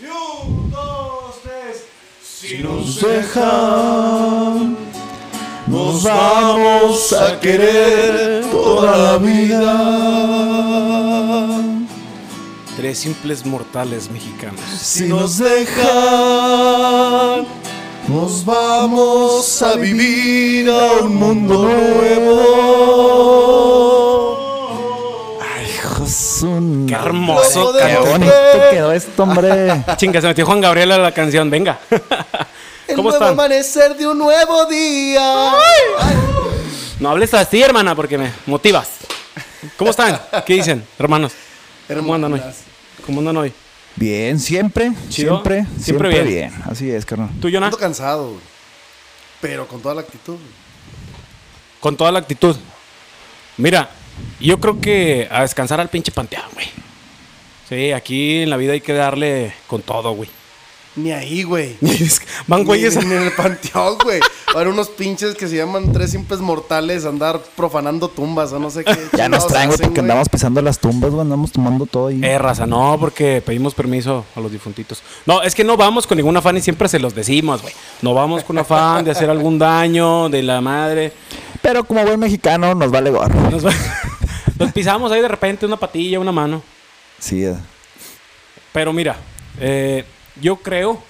Y un, dos, tres. Si nos dejan, nos vamos a querer toda la vida. Tres simples mortales mexicanos. Si nos dejan, nos vamos a vivir a un mundo nuevo. Ay, Josun. Qué hermoso, Qué Luego de- cabrón. bonito quedó esto, hombre. Chinga, se metió Juan Gabriel a la canción, venga. El ¿Cómo nuevo están? amanecer de un nuevo día. No hables así, hermana, porque me motivas. ¿Cómo están? ¿Qué dicen, hermanos? ¿Cómo andan hoy? Hermanas. ¿Cómo andan hoy? Bien, siempre, Chido. siempre, Siempre siempre bien. bien. Así es, carnal. ¿Tú, Jonah? Ando cansado, güey. pero con toda la actitud. güey. Con toda la actitud. Mira, yo creo que a descansar al pinche panteón, güey. Sí, aquí en la vida hay que darle con todo, güey. Ni ahí, güey. Van Ni, güeyes. ni en el panteón, güey. Para unos pinches que se llaman tres simples mortales andar profanando tumbas o no sé qué. Ya nos chingados traen, güey, hacen, porque andamos pisando las tumbas, güey, andamos tomando todo y... Eh, raza, no, porque pedimos permiso a los difuntitos. No, es que no vamos con ningún afán y siempre se los decimos, güey. No vamos con afán de hacer algún daño, de la madre. Pero como buen mexicano nos vale gorro. Nos, va- nos pisamos ahí de repente una patilla, una mano. Sí, eh. Pero mira, eh, yo creo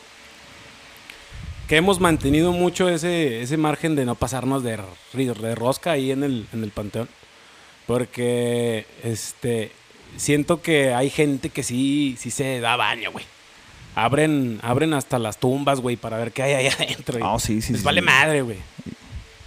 que hemos mantenido mucho ese, ese margen de no pasarnos de, ri- de rosca ahí en el, en el panteón. Porque este siento que hay gente que sí, sí se da baño, güey. Abren, abren hasta las tumbas, güey, para ver qué hay ahí adentro. y Ah, sí, sí, Les sí, vale sí. madre, güey.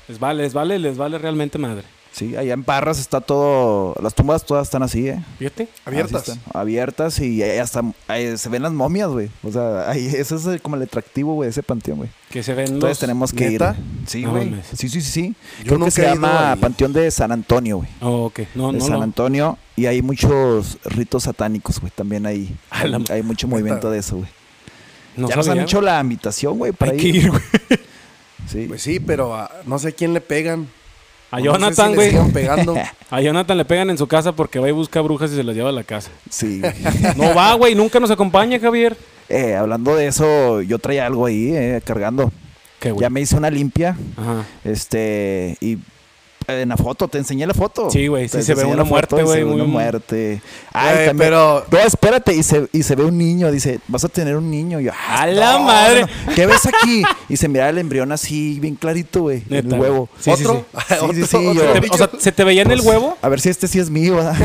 Les vale, les vale, les vale realmente madre. sí, allá en Parras está todo... Las tumbas todas están así, eh. Fíjate. Abiertas. Así están, abiertas y ahí hasta ahí se ven las momias, güey. O sea, ahí, ese es el- como el atractivo, güey, de ese panteón, güey. Que se ven Entonces los- tenemos que ¿neta? ir. güey. Sí, No güey. mames. sí, sí, sí, sí. Yo Creo nunca que se he ido llama ahí. Panteón de San Antonio, güey. Oh, ok. No, de no, San no. Antonio. Y hay muchos ritos satánicos, güey, también ahí. A Ah, la Hay, ma- hay mucho movimiento de eso, güey. No ya nos han sabía, hecho la invitación, güey, güey. para Hay que ir. ir, güey. Sí. Pues sí, pero a- no sé quién le pegan. A No sé si Jonathan, le güey. sigan pegando. A Jonathan le pegan en su casa porque va y busca brujas y se las lleva a la casa. sí. güey. No va, güey, nunca nos acompaña, Javier. Eh, hablando de eso, yo traía algo ahí, eh, cargando. Qué Ya güey. me hice una limpia. Ajá. Este, y en la foto, te enseñé la foto. Sí, güey, sí Te se ve enseñé una la muerte, foto y güey, Se ve muy- una muerte. Ay, Güey, también- pero- No, espérate, y se, y se ve un niño, dice, vas a tener un niño. Y yo, ah, ¡A la no, madre! no, ¿Qué ves aquí? Y se mira el embrión así, bien clarito, güey, en el Neta. huevo. Sí, sí, ¿Otro? sí. Sí, sí, sí, ¿Otro- yo- otro Te- bicho? o sea, ¿se te veía en el huevo? A ver si este sí es mío, ¿verdad?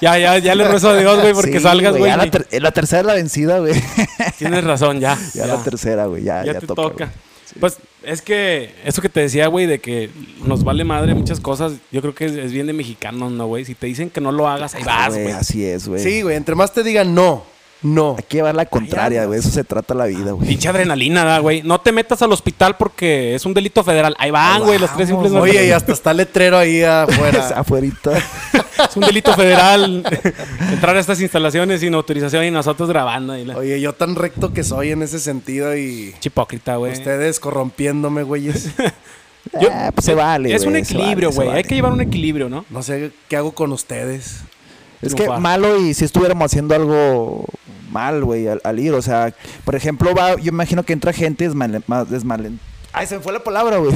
Ya, ya, ya le rezo a Dios, güey, porque Sí, salgas, güey. ya La, ter- la tercera es la vencida, güey. Tienes razón, ya. Ya, la tercera, güey, ya, ya ya, te toca. güey. Pues es que eso que te decía, güey, de que nos vale madre muchas cosas, yo creo que es, es bien de mexicanos, ¿no, güey? Si te dicen que no lo hagas, ahí vas, Ah, Güey, güey. Así es, güey. Sí, güey, entre más te digan no, no. Hay que llevar la contraria, güey. Eso se trata la vida, güey. Pinche adrenalina, da, güey. No te metas al hospital porque es un delito federal. Ahí van, güey, los tres simples. Oye, y hasta está letrero ahí afuera. Afuerita. Es un delito federal entrar a estas instalaciones sin autorización y nosotros grabando. ahí la- Oye, yo tan recto que soy en ese sentido y Pinche hipócrita, güey. ustedes corrompiéndome, güeyes. Yo- Ah, pues se vale, Es un güey, se equilibrio, vale, se güey. Hay vale. que llevar un equilibrio, ¿no? No sé qué hago con ustedes. Es que triunfar. malo y si estuviéramos haciendo algo mal, güey, al, al ir. O sea, por ejemplo, va, yo imagino que entra gente y desmale- ma- desmalen- Ay, se me fue la palabra, güey.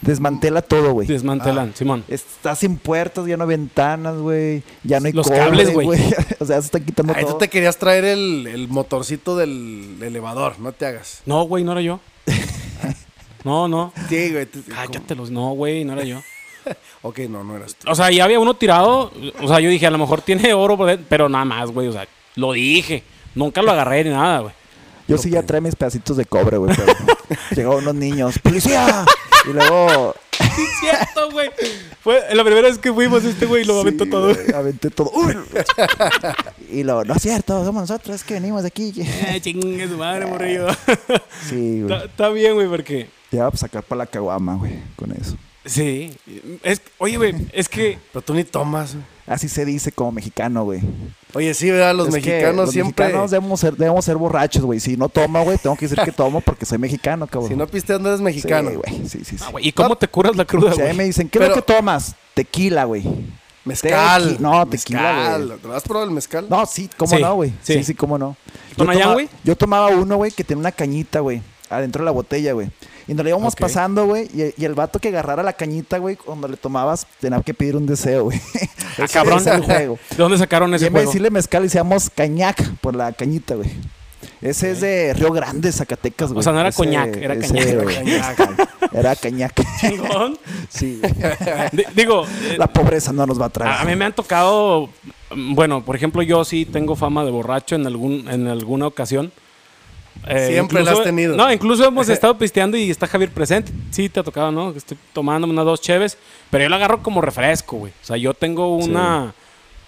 Desmantela todo, güey. Desmantelan, Simón. Está sin puertas, ya no hay ventanas, güey. Ya no hay Los cobre, cables, güey. o sea, se están quitando Ahí tú todo. te querías traer el, el motorcito del elevador, no te hagas. No, güey, no era yo. No, no. Sí, güey. tú- Cállatelos. No, güey, no era yo. como- Ok, no, no eras tú. O sea, ya había uno tirado. O sea, yo dije, a lo mejor tiene oro, por dentro, pero nada más, güey. O sea, lo dije. Nunca lo agarré ni nada, güey. Yo sí ya trae mis pedacitos de cobre, güey. pero Llegaron unos niños. ¡Policía! Y luego... Sí, es cierto, güey. Fue la primera vez que fuimos este güey lo aventó Sí, todo. güey, aventé todo. Uy. y luego, no es cierto, somos nosotros, es que venimos de aquí. Eh, chingue su madre, morrillo. Sí, Está- güey. Está bien, güey, porque. Ya va a sacar para la caguama, güey, con eso. Sí. Es, oye, güey, es que. Pero tú ni tomas. güey. Así se dice como mexicano, güey. Oye, sí, ¿verdad? Los Es que mexicanos los siempre. mexicanos debemos ser, debemos ser borrachos, güey. Si no tomo, güey, tengo que decir que tomo porque soy mexicano, cabrón. Si no pisteas, no eres mexicano. Sí, güey. Sí, sí, sí. Ah, güey, ¿Y cómo te curas la cruda, Si a mí me güey? dicen, ¿qué es lo Pero- que tomas? Tequila, güey. Mezcal. Tequi- no, tequila, Mezcal. ¿Has probado el mezcal? No, sí, cómo Sí, no, güey. Sí. sí. sí, cómo no. ¿Tonayán, toma- güey? Yo tomaba uno, güey, que tenía una cañita, güey, adentro de la botella, güey. Y nos la íbamos Ok. pasando, güey, y, y el vato que agarrara la cañita, güey, cuando le tomabas, tenía que pedir un deseo, güey. Ah, Ese cabrón. es el juego. ¿De dónde sacaron Y ese en vez de juego? decirle mezcal, decíamos cañac por la cañita, güey. Ese es de Río Grande, Zacatecas, güey. sea, no era Ese- coñac, era ese, cañac. güey, Era cañac. Chingón. Sí, güey. Di- Digo, eh, la pobreza no nos va a traer. a, a mí me han tocado, mm, bueno, por ejemplo, yo sí tengo fama de borracho en algún en alguna ocasión. Eh, Siempre la has tenido. No, incluso hemos estado pisteando y está Javier presente. Sí, te ha tocado, ¿no? Que Estoy tomando unas dos cheves, pero yo la agarro como refresco, güey. O sea, yo tengo una...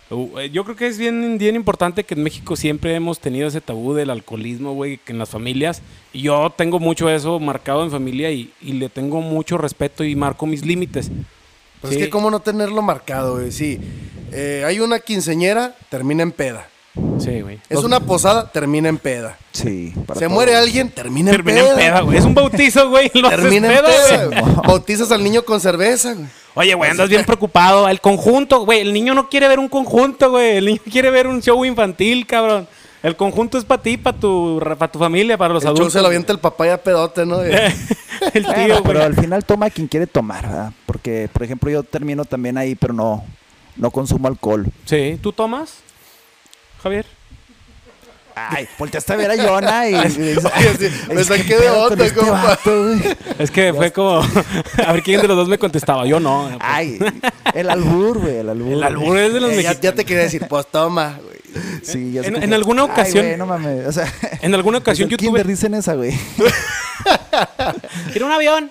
u- eh, Yo creo que es bien, bien importante que en México siempre hemos tenido ese tabú del alcoholismo, güey, que en las familias. Y yo tengo mucho eso marcado en familia y, y le tengo mucho respeto y marco mis límites. Pues Sí. es que cómo no tenerlo marcado, güey. Sí, Eh, hay una quinceñera, termina en peda. Sí, güey. Es una posada, termina en peda. Sí, para Se todo. muere alguien, termina en Termina peda. en peda, güey. Es un bautizo, güey. Lo haces Termina en peda, peda. güey. güey. Bautizas al niño con cerveza, güey. Oye, güey, andas bien preocupado. El conjunto, güey. El niño no quiere ver un conjunto, güey. El niño quiere ver un show infantil, cabrón. El conjunto es para ti, para tu, para tu familia, para los El show adultos. se lo avienta el papá ya pedote, ¿no? Eh, Y- el Bueno, tío, pero güey. al final toma quien quiere tomar, ¿verdad? Porque, por ejemplo, yo termino también ahí, pero no, no consumo alcohol. Sí, ¿tú tomas, Javier? Ay, volteaste a ver a Yona y... y dices, Oye, sí, "Ay, me es que saqué de pedo con este onda, compa". vato, güey. Es que fue como. a ver quién de los dos me contestaba. Yo no. güey. Ay, el albur, güey, el albur. el albur es de los Eh, ya, mexicanos. ya te quería decir, pues toma, güey. Sí, ya sé en- cómo- en alguna Ay, ocasión- güey, no mames, o sea, En alguna ocasión desde yo el kinder tuve. dicen esa, güey. Quiero un avión.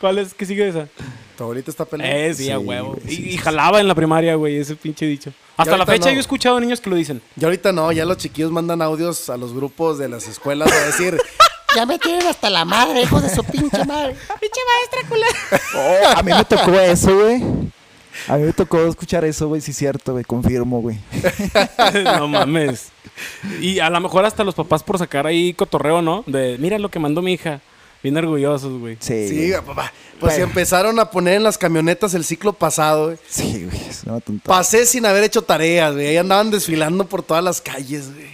¿Cuál es? ¿Qué sigue esa? Tu abuelita está peleando. Eh, sí, a Sí, huevo. güey, Y, sí, y jalaba en la primaria, güey, ese pinche dicho. Hasta la ahorita fecha no. yo he escuchado niños que lo dicen. Y ahorita no, ya los chiquillos mandan audios a los grupos de las escuelas a decir, Ya me tienen hasta la madre, hijos de su pinche madre. Pinche maestra culera. Oh, a mí me tocó eso, güey. A mí me tocó escuchar eso, güey, sí cierto, güey, confirmo, güey. no mames. Y a lo mejor hasta los papás por sacar ahí cotorreo, ¿no? De, mira lo que mandó mi hija. Bien orgullosos, güey. Sí, sí, güey. papá. Pues si empezaron a poner en las camionetas el ciclo pasado, güey. Sí, güey, es una tontada. Pasé sin haber hecho tareas, güey. Ahí andaban desfilando por todas las calles, güey.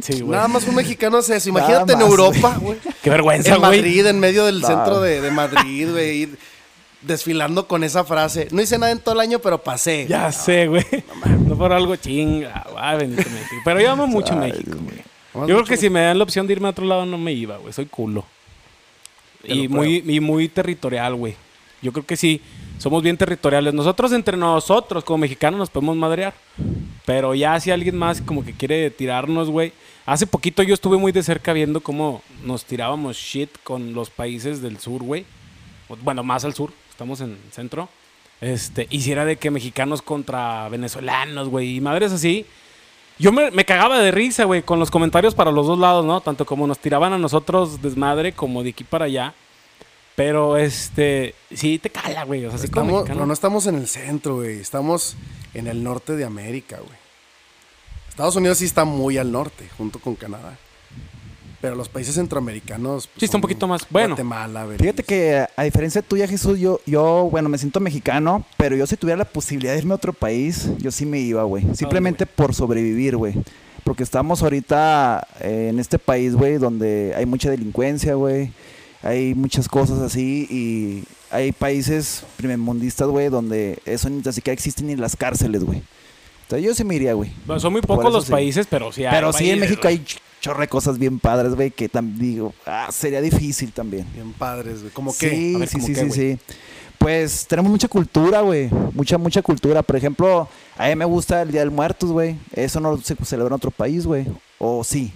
Sí, güey. Nada más un mexicano hace eso. Nada Imagínate en más, Europa, güey. Qué vergüenza, En güey. Madrid, en medio del No. centro de, de Madrid, güey. ir Desfilando con esa frase. No hice nada en todo el año, pero pasé. Ya sé, güey. No por algo chinga. Ay, bendito México. Pero yo amo mucho Ay, México. Dios mío. Yo creo que si me dan la opción de irme a otro lado no me iba, güey. Soy culo. Y muy, y muy territorial, güey. Yo creo que sí. Somos bien territoriales. Nosotros entre nosotros, como mexicanos, nos podemos madrear. Pero ya si alguien más como que quiere tirarnos, güey. Hace poquito yo estuve muy de cerca viendo cómo nos tirábamos shit con los países del sur, güey. O- Bueno, más al sur. Estamos en centro. Este, hiciera de que mexicanos contra venezolanos, güey. Y madres así. Yo me, me cagaba de risa, güey, con los comentarios para los dos lados, ¿no? Tanto como nos tiraban a nosotros desmadre como de aquí para allá. Pero, este, sí te cala, güey. O sea, así como Estamos, mexicano. pero no estamos en el centro, güey. Estamos en el norte de América, güey. Estados Unidos sí está muy al norte, junto con Canadá. Pero los países centroamericanos. pues, Sí, está un son poquito más- bueno. Guatemala, Belice. Fíjate que a diferencia tuya, Jesús, yo, yo, bueno, me siento mexicano, pero yo si tuviera la posibilidad de irme a otro país, yo sí me iba, güey. Simplemente por sobrevivir, güey. Porque estamos ahorita eh, en este país, güey, donde hay mucha delincuencia, güey. Hay muchas cosas así y hay países primermundistas, güey, donde eso ni tan siquiera existen ni las cárceles, güey. Entonces yo sí me iría, güey. Bueno, son muy Por pocos eso los sí. países, pero sí hay Pero sí, en países, México güey. hay ch- chorro de cosas bien padres, güey, que tam- digo, ah, sería difícil también. Bien padres, güey. Como Sí, que. sí, ¿cómo sí, qué, sí, güey? sí. Pues tenemos mucha cultura, güey. Mucha, mucha cultura. Por ejemplo, a mí me gusta el Día del Muertos, güey. Eso no se celebra en otro país, güey. O sí.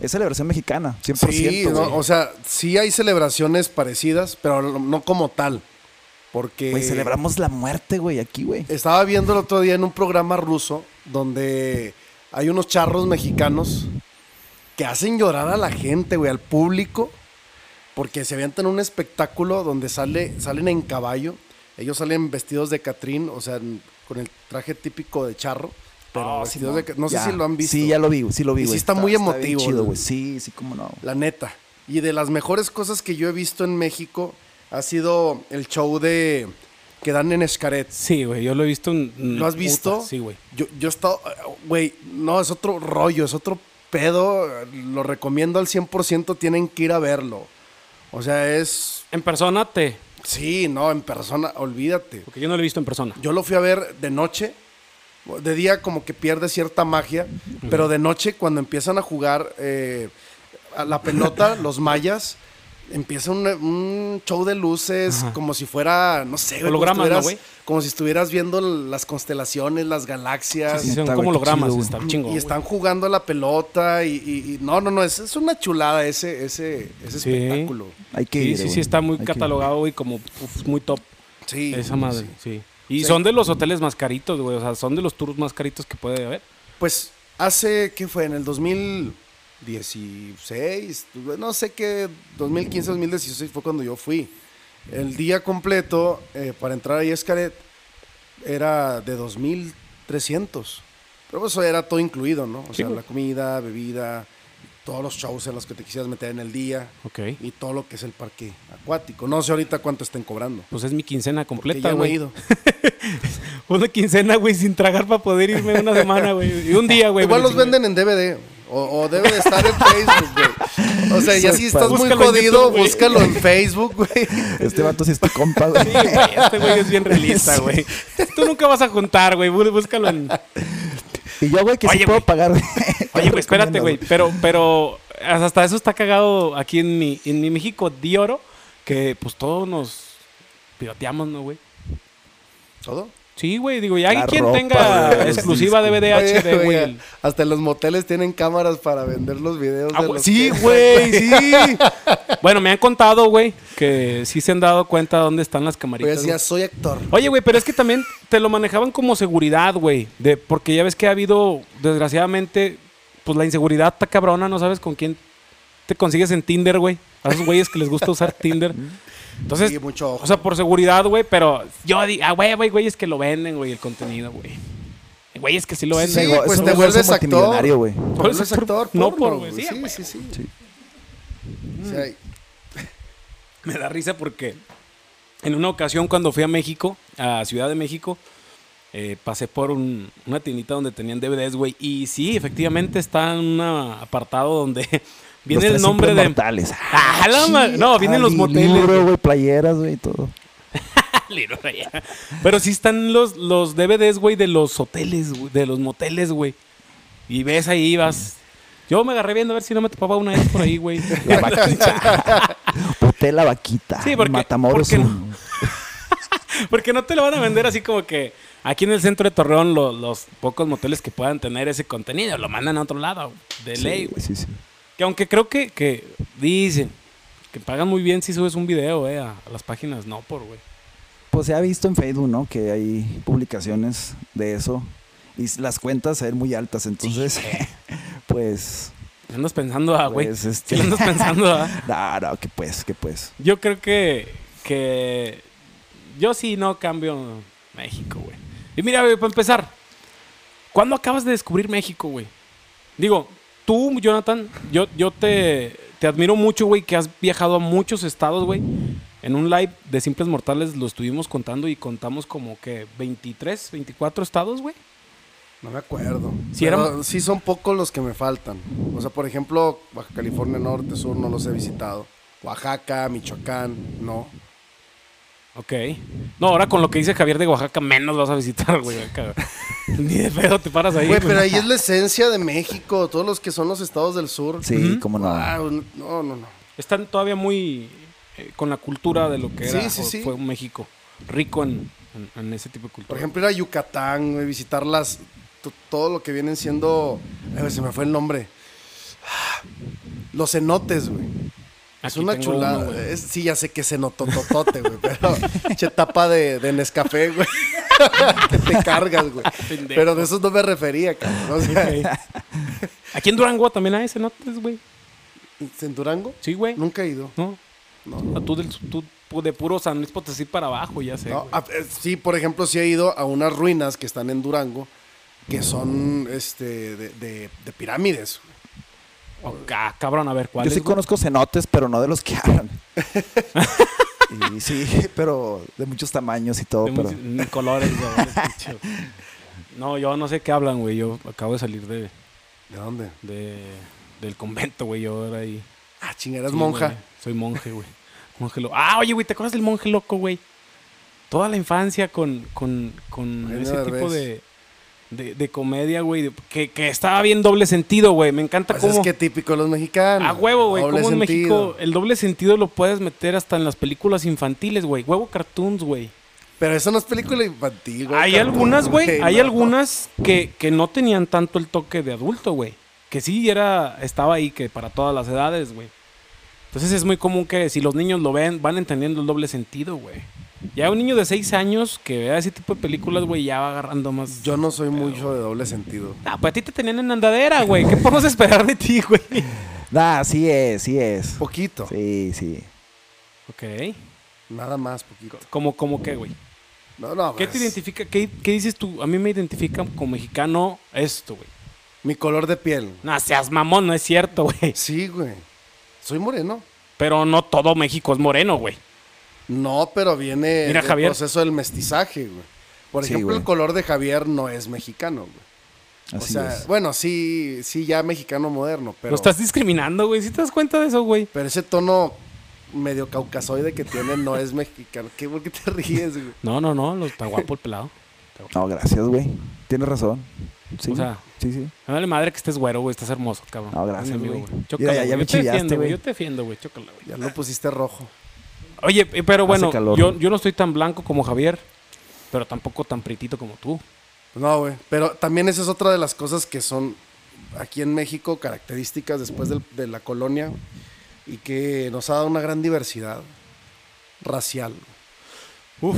Es celebración mexicana, 100%. Sí, no, güey. o sea, sí hay celebraciones parecidas, pero no- no como tal. Porque. Güey, celebramos la muerte, güey, aquí, güey. Estaba viendo el otro día en un programa ruso donde hay unos charros mexicanos que hacen llorar a la gente, güey, al público, porque se avientan un espectáculo donde sale, salen en caballo, ellos salen vestidos de Catrín, o sea, en- con el traje típico de charro, pero vestidos de ca- No Ah, Ya. sé si lo han visto. Sí, ya lo vi, sí lo vi, Y sí güey. está muy bien emotivo, chido, ¿no? güey. Sí, sí, cómo no. La neta. Y de las mejores cosas que yo he visto en México ha sido el show de que dan en Escaret. Sí, güey, yo lo he visto. en- en- ¿Lo has puta, visto? Sí, güey. Yo, yo he estado. Güey, no, es otro rollo, es otro pedo. Lo recomiendo al 100%, tienen que ir a verlo. O sea, es. En persona te. Sí, no, en persona, olvídate. Porque yo no lo he visto en persona. Yo lo fui a ver de noche. De día, como que pierde cierta magia. Pero de noche, cuando empiezan a jugar eh, a la pelota, los mayas. Empieza un, un show de luces, como si fuera, no sé, güey, como si Hologramas, ¿no, estuvieras- güey? como si estuvieras viendo las constelaciones, las galaxias. Sí, son Neta, como güey, qué hologramas, chido, güey. está Y chingón. güey. están jugando a la pelota y, y- y- no, no, no, es, es una chulada ese, ese, ese Sí. espectáculo. Hay que Sí, ir, sí, güey. sí, está muy Hay que ir. catalogado, güey, como uf, muy top. Sí. Esa madre, sí. sí. Y son de los hoteles más caritos, güey. O sea, son de los tours más caritos que puede haber. Pues hace, ¿qué fue? En el 2016, no sé qué, 2015, 2016 fue cuando yo fui. El día completo eh, para entrar a Escaret era de 2300. Pero eso era todo incluido, ¿no? O sea, güey. la comida, bebida, todos los shows en los que te quisieras meter en el día. Ok. y todo lo que es el parque acuático. No sé ahorita cuánto estén cobrando. Pues es mi quincena Porque completa, ya no he güey. ido. Una quincena, güey, sin tragar para poder irme una semana, güey. Y un día, güey. Igual me lo los chingué. venden en DVD. O, o debe de estar en Facebook, güey. O sea, ya si estás muy Búscalo en jodido, YouTube, güey. búscalo en Facebook, güey. Este vato sí está compa, güey. Sí, güey, este güey es bien realista, güey. Tú nunca vas a juntar, güey. Bú- Búscalo en. Y yo, güey, que Oye, sí puedo güey. pagar, güey. Oye, güey, espérate, Recomiendo, güey. Pero, pero hasta eso está cagado aquí en mi, en mi México de oro, que pues todos nos pirateamos, ¿no, güey? ¿Todo? Sí, güey, digo, ya La quien ropa, tenga güey, los exclusiva DVD Oye, HD, güey, güey. Hasta en los moteles tienen cámaras para vender los videos. Ah, de güey, los sí, que- güey, sí. Bueno, me han contado, güey, que sí se han dado cuenta dónde están las Yo camaritas. decía, güey. soy actor. Oye, güey, pero es que también te lo manejaban como seguridad, güey. De, porque ya ves que ha habido, desgraciadamente, pues la inseguridad está cabrona, no sabes con quién te consigues en Tinder, güey. A esos güeyes que les gusta usar Tinder. Entonces, Sí, mucho ojo. o sea, por seguridad, güey, pero yo digo, ah, güey, güey, güey, es que lo venden, güey, el contenido, güey. Güey, es que sí lo venden. Sí, Nego- es pues un te negocio vuelves actor. multimillonario, güey. Te vuelves Por- actor. no, porno, por- sí, a Sí, huevo. sí, sí. Sí. O sea, Me da risa porque en una ocasión cuando fui a México, a Ciudad de México, eh, pasé por un- una tiendita donde tenían DVDs, güey. Y sí, efectivamente está en un apartado donde viene el nombre de... ¡Ah, la ma- No, vienen los moteles. Libro, güey. güey, playeras, güey, y todo. Little Raya. Pero sí están los, los DVDs, güey, de los hoteles, güey, de los moteles, güey. Y ves ahí, vas... Yo me agarré viendo a ver si no me topaba una vez por ahí, güey. La vaquita. Hotel La Vaquita. Sí, porque- Matamoros porque no- uno. Porque no te lo van a vender así como que aquí en el centro de Torreón lo- los pocos moteles que puedan tener ese contenido lo mandan a otro lado, de ley, güey. Sí, sí. Que aunque creo que, que dicen que pagan muy bien si subes un video, eh, a, a las páginas, no por, güey. Pues se ha visto en Facebook, ¿no? Que hay publicaciones de eso. Y s- las cuentas se ven muy altas, entonces, pues... Andas pensando, ah, güey. Pues, este- Sí, andas pensando, ah. No, no, que pues, que pues. Yo creo que, que yo sí no cambio México, güey. Y mira, güey, para empezar, ¿cuándo acabas de descubrir México, güey? Digo, tú, Jonathan, yo, yo te, te admiro mucho, güey, que has viajado a muchos estados, güey. En un live de Simples Mortales lo estuvimos contando y contamos como que 23, 24 estados, güey. No me acuerdo. Sí, Pero eran- sí son pocos los que me faltan. O sea, por ejemplo, Baja California Norte, Sur no los he visitado. Oaxaca, Michoacán, no. Ok. No, ahora con lo que dice Javier de Oaxaca, menos vas a visitar, güey. acá. Ni de pedo te paras ahí. Güey, güey. pero ahí es la esencia de México, todos los que son los estados del sur. Sí, cómo no. Ah, un- no, no, no. Están todavía muy eh, con la cultura de lo que era Sí, sí, o- sí. fue México. Rico en, en- en ese tipo de cultura. Por ejemplo, ir a Yucatán, güey, visitar las, to- todo lo que vienen siendo... Ay, güey, se me fue el nombre. Los cenotes, güey. es Aquí una tengo chulada. uno, güey. Es- sí, ya sé que se notó totote, güey. Pero che tapa de, de Nescafé, güey. que te cargas, güey. Pendejo. Pero de esos no me refería, cabrón. O sea, Ok. Aquí en Durango también hay cenotes, güey. ¿En Durango? Sí, güey. Nunca he ido. No. No. Ah, Tú, del, tú pu- de puro San Luis Potosí para abajo, ya sé. No, güey. a- eh, sí, por ejemplo, sí he ido a unas ruinas que están en Durango que son este de, de- de pirámides. Ok, ah, cabrón, a ver cuál Yo sí conozco cenotes, pero no de los que hablan. Y sí, pero de muchos tamaños y todo. De pero- muchos- colores, güey, pinche. No, yo no sé qué hablan, güey. Yo acabo de salir de, ¿De dónde? de- del convento, güey. Yo era ahí. Ah, chingadas, Sí, monja. güey, Soy monje, güey. Monje loco. Ah, oye, güey, ¿te acuerdas del monje loco, güey? Toda la infancia con, con, con Eugenio ese tipo Derbez. de, de, de comedia, güey. de- Que, que estaba bien doble sentido, güey. Me encanta Pues cómo... es que típico de los mexicanos. A huevo, güey. Doble Como en sentido. México el doble sentido lo puedes meter hasta en las películas infantiles, güey. Huevo cartoons, güey. Pero eso no es película infantil, güey. Hay cartón, algunas, güey. Hay no. algunas que, que no tenían tanto el toque de adulto, güey. Que sí era, estaba ahí, que para todas las edades, güey. Entonces es muy común que si los niños lo ven, van entendiendo el doble sentido, güey. Ya un niño de 6 años que vea ese tipo de películas, güey, ya va agarrando más. Yo no soy mucho de doble sentido. Ah, pues a ti te tenían en andadera, güey. ¿Qué podemos esperar de ti, güey? Nah, sí es, sí es. Poquito. Sí, sí. Ok. Nada más, poquito. ¿Cómo, cómo qué, güey? No, no, ¿Qué pues, te identifica? ¿Qué, qué dices tú? A mí me identifica como mexicano esto, güey. Mi color de piel. No seas mamón, no es cierto, güey. Sí, güey. Soy moreno. Pero no todo México es moreno, güey. No, pero viene Mira, el Javier. proceso del mestizaje, güey. Por Sí, ejemplo, güey. el color de Javier no es mexicano, güey. O Así sea, es. bueno, sí, sí, ya mexicano moderno, pero, Lo estás discriminando, güey. ¿Sí te das cuenta de eso, güey? pero ese tono medio caucasoide que tiene no es mexicano. ¿Qué, ¿Por qué te ríes, güey? No, no, no. lo- Está guapo el pelado. No, gracias, güey. Tienes razón. Sí, O sea, sí, sí. Me vale madre que estés güero, güey. Estás hermoso, cabrón. No, gracias, Es mi güey. Mira, Chócala, ya- ya güey. me Yo te defiendo, chillaste, güey. güey. Yo te defiendo, güey. Chócala, güey. Ya lo pusiste rojo. Oye, eh, pero bueno, calor. yo, yo no estoy tan blanco como Javier, pero tampoco tan pritito como tú. No, güey. Pero también esa es otra de las cosas que son aquí en México características después del- de la colonia y que nos ha dado una gran diversidad racial. Uf.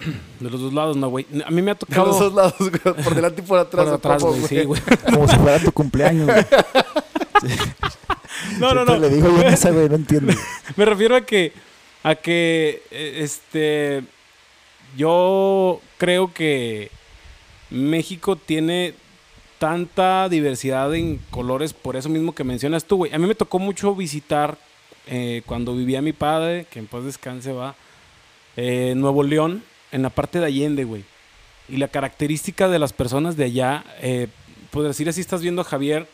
De los dos lados, no, güey. A mí me ha De tocado... los dos lados, güey. Por delante y por atrás. por atrás, ¿cómo, güey. Sí, güey. Como si fuera tu cumpleaños, güey. No, no, Siempre no. Le digo yo en esa, güey, no entiendo. Me refiero a que. A que. eh, Este. Yo creo que. México tiene tanta diversidad en colores por eso mismo que mencionas tú, güey. A mí me tocó mucho visitar eh, cuando vivía mi padre, que en paz descanse va, eh, Nuevo León, en la parte de Allende, güey. Y la característica de las personas de allá, eh, por decir así, estás viendo a Javier,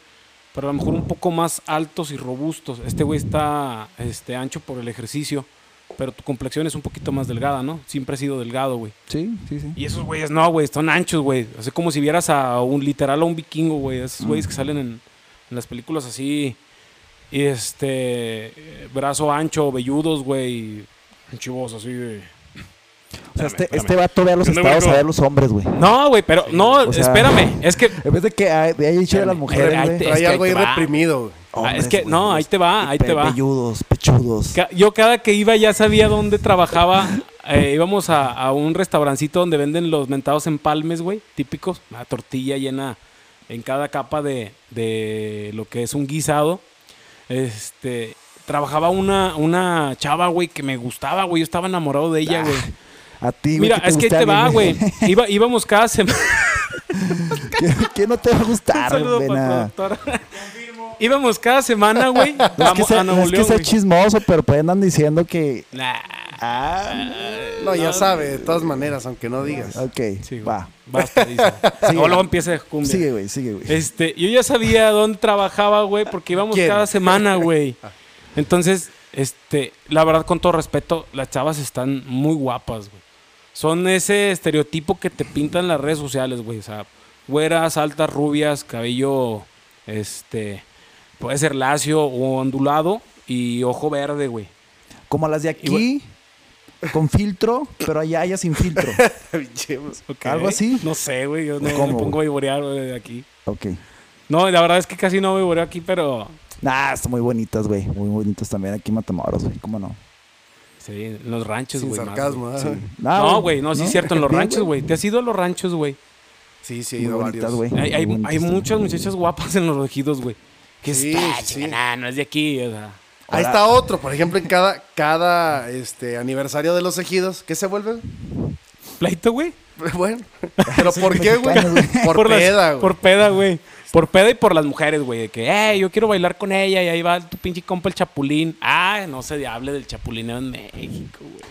pero a lo mejor un poco más altos y robustos. Este güey está este, ancho por el ejercicio, pero tu complexión es un poquito más delgada, ¿no? Siempre ha sido delgado, güey. Sí, sí, sí. Y esos güeyes no, güey, son anchos, güey. O sea, como si vieras a un literal a un vikingo, güey. Mm. Esos güeyes que salen en, en las películas así. Y este. eh, Brazo ancho, velludos, güey. Chivos así de. O sea, este, espérame. este vato ve a los ¿Dónde estados ubico? a ver a los hombres, güey. No, güey, pero. no, o sea- espérame. Es que. En vez de que hay- haya dicho de las mujeres, Ay, güey. te- Trae Es que algo ahí ahí te va. reprimido, güey. Ah, es Hombres, que. güey, No, ahí te va, ahí pe- te va. Pelludos, pechudos. Ca- Yo cada que iba ya sabía dónde trabajaba. Eh, íbamos a, a un restaurancito donde venden los mentados empalmes, güey, típicos. Una tortilla llena en cada capa de, de lo que es un guisado. Este, trabajaba una, una chava, güey, que me gustaba, güey. Yo estaba enamorado de ella, güey. A ti, Ah, güey. Mira, te es que ahí gusta te va, güey. alguien, Iba, íbamos cada semana. ¿Qué- ¿Qué no te va a Un gustar, saludo güey? para el nada? productor. Íbamos cada semana, güey. Es que Vamos sea, a Nuevo es que León. sea güey. chismoso, pero pues andan diciendo que. Nah. Ah, No, ya sabe, de todas maneras, aunque no digas. ok, Sí, güey. va. Basta, dice. Sigue, o luego güey. empieza cumbia. Sigue, güey, sigue, güey. Este, yo ya sabía dónde trabajaba, güey, porque íbamos ¿Quién? cada semana, güey. Ah. Entonces, este, la verdad, con todo respeto, las chavas están muy guapas, güey. Son ese estereotipo que te pintan las redes sociales, güey. O sea, güeras, altas, rubias, cabello, este, puede ser lacio o ondulado y ojo verde, güey. Como las de Y aquí, con filtro, pero allá, allá sin filtro. Algo así. No sé, güey. Yo no me ¿Cómo, pongo a güey? vivorear güey, de aquí. Ok. No, la verdad es que casi no vivoreo aquí, pero Nah, están muy bonitas, güey. Muy bonitas también aquí en Matamoros, güey. ¿Cómo no? sí, en los ranchos, Sin güey. más, güey. sarcasmo, ¿eh? Nah, no, güey, no, sí es cierto, en los Bien, ranchos, güey. Te has ido a los ranchos, güey. Sí, sí, he Muy ido a bonitas, varios. güey. Hay, hay- Muy bonitas hay también. muchas muchachas guapas en los ejidos, güey. Que Sí, está, sí, chinga, sí. nah, no es de aquí, o sea. Ahí Ahora- está otro, por ejemplo, en cada, cada este, aniversario de los ejidos, ¿qué se vuelve? ¿Pleito, güey? Bueno, pero ¿por qué, güey? mexicanos, Por, las- peda, güey. Por peda, güey. Por pedo y por las mujeres, güey. De que, eh, yo quiero bailar con ella y ahí va tu pinche compa el chapulín. Ah, no se hable del chapulineo en México, güey.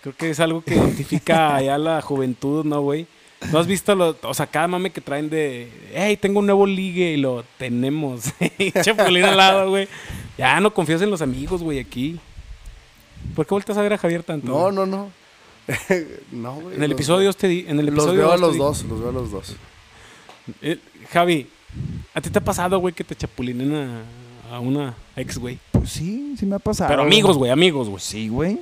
Creo que es algo que identifica allá la juventud, ¿no, güey? ¿No has visto lo, o sea, cada mame que traen de, hey, tengo un nuevo ligue y lo tenemos? Y chapulín al lado, güey. Ya no confías en los amigos, güey, aquí. ¿Por qué volteas a ver a Javier tanto? No, güey? no, no. no, güey. En el los- episodio te di- en el Los episodio veo a dos te los di- dos, los veo a los dos. Eh, Javi, ¿a ti te ha pasado, güey, que te chapulinen a, a una ex, güey? Pues sí, sí me ha pasado. Pero amigos, güey, amigos, güey. Sí, güey.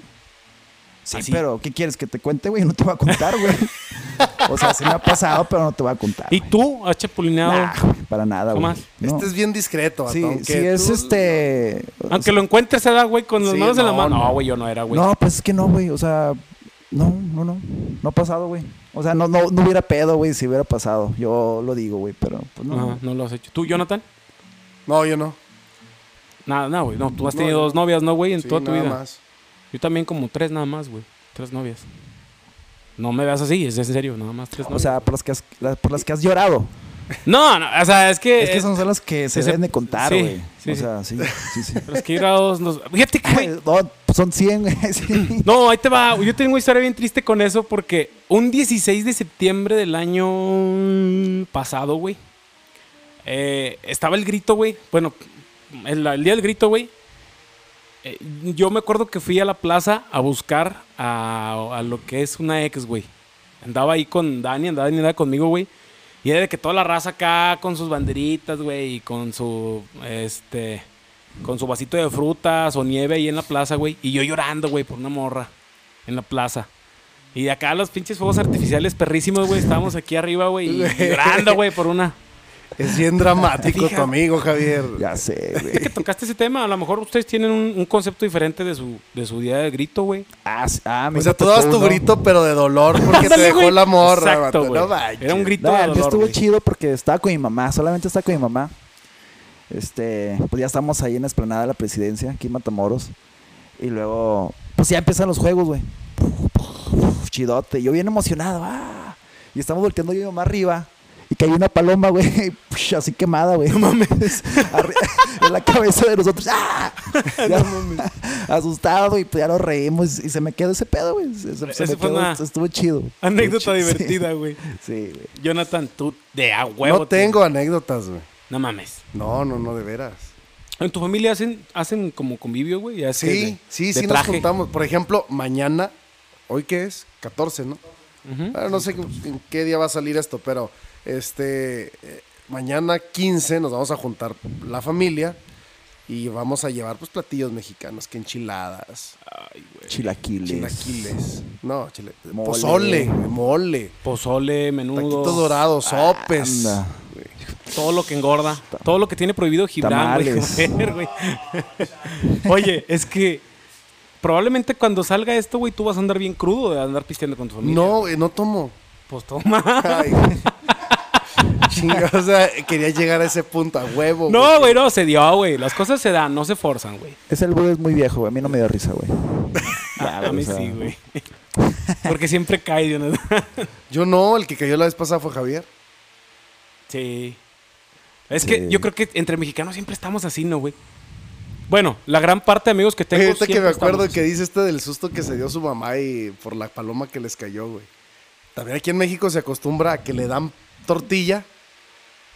Sí, Así. pero ¿qué quieres que te cuente, güey? No te voy a contar, güey. o sea, sí me ha pasado, pero no te voy a contar. ¿Y güey. tú has chapulineado? Nah, güey, para nada, güey. Jamás. No. Este es bien discreto, vato, Sí, aunque sí es tú- este... Aunque lo encuentres, se da, güey, con las Sí, manos en la no, mano. No, no. güey, yo no era, güey. No, pues es que no, güey. O sea, no, no, no. No ha pasado, güey. O sea, no, no, no hubiera pedo, güey, si hubiera pasado. Yo lo digo, güey, pero pues no. Ajá, no lo has hecho. ¿Tú, Jonathan? No, yo no. Nada, nada, güey. No, tú has No, tenido yo dos novias, ¿no, güey? En Sí, toda tu nada vida. más. Yo también como tres nada más, güey. Tres novias. No me veas así, es en serio, nada más tres O novias. sea, por las que has, las- por las que has llorado. no, no, o sea, es que... Es que son son las que se ese- deben de contar, Eh, sí, güey. sí, o sí. sea, sí, sí, sí. Los que ir a dos... nos- Fíjate, que, güey, No, son 100, güey. sí. No, ahí te va. Yo tengo una historia bien triste con eso porque un 16 de septiembre del año pasado, güey. eh, estaba el grito, güey. Bueno, el, el día del grito, güey. eh, yo me acuerdo que fui a la plaza a buscar a, a lo que es una ex, güey. Andaba ahí con Dani, andaba Dani andaba conmigo, güey. Y era de que toda la raza acá con sus banderitas, güey, y con su, este, con su vasito de frutas o nieve ahí en la plaza, güey. Y yo llorando, güey, por una morra en la plaza. Y de acá los pinches fuegos artificiales perrísimos, güey. Estábamos aquí arriba, güey, y llorando, güey, por una. Es bien dramático Fija- tu amigo, Javier. Ya sé, Ahorita güey. que tocaste ese tema, a lo mejor ustedes tienen un, un concepto diferente de su, de su día de grito, güey. Ah, sí, ah, O mira, sea, tú tocó dabas tu uno. grito, pero de dolor porque te Ándale, dejó güey. la morra, Exacto, vato, güey. no manches. Era un grito No, de el mío dolor, estuvo güey. chido porque estaba con mi mamá, solamente estaba con mi mamá. Este, pues ya estamos ahí en la esplanada de la presidencia, aquí en Matamoros. Y luego, pues ya empiezan los juegos, güey. Chidote, yo bien emocionado. ¡ah! Y estamos volteando yo y mi mamá arriba. Y cayó una paloma, güey, push, así quemada, güey. No mames. en la cabeza de nosotros. ¡Ah! Ya, asustado, y pues ya nos reímos. Y se me quedó ese pedo, güey. Se, se- se Esa me fue quedó, una estuvo chido. Anécdota Estuvo chido, sí. divertida, güey. Sí, güey. Jonathan, tú de a huevo. No te- tengo anécdotas, güey. No mames. No, no, no, de veras. ¿En tu familia hacen, hacen como convivio, güey? Ya sé, de- Sí, sí, de sí nos traje. juntamos. Por ejemplo, mañana, ¿hoy qué es? 14, ¿no? Ujú. Ah, no sé en qué día va a salir esto, pero este eh, mañana 15 nos vamos a juntar la familia y vamos a llevar pues platillos mexicanos, que enchiladas, Chilaquiles. chilaquiles, no, chile, Mole. pozole, mole, Pozole, menudo. taquitos dorados, Ah, sopes. Anda. Todo lo que engorda. Todo lo que tiene prohibido Gibran, güey. Tamales. comer, güey. Oye, es que probablemente cuando salga esto, güey, tú vas a andar bien crudo de andar pisteando con tu familia. No, güey, no tomo. Pues toma. Ay, güey. Chinga, o sea, quería llegar a ese punto a huevo. No, güey, no, se dio, güey. Las cosas se dan, no se forzan, güey. Ese albur es muy viejo, güey. A mí no me dio risa, güey. A, Ya, a mí o sea, sí, güey. Porque siempre cae de una... Yo no, el que cayó la vez pasada fue Javier. Sí. Es que Sí. yo creo que entre mexicanos siempre estamos así, ¿no, güey? Bueno, la gran parte de amigos que tengo Ahorita que siempre me acuerdo estamos que dice este del susto que se dio su mamá y por la paloma que les cayó, güey. También aquí en México se acostumbra a que le dan tortilla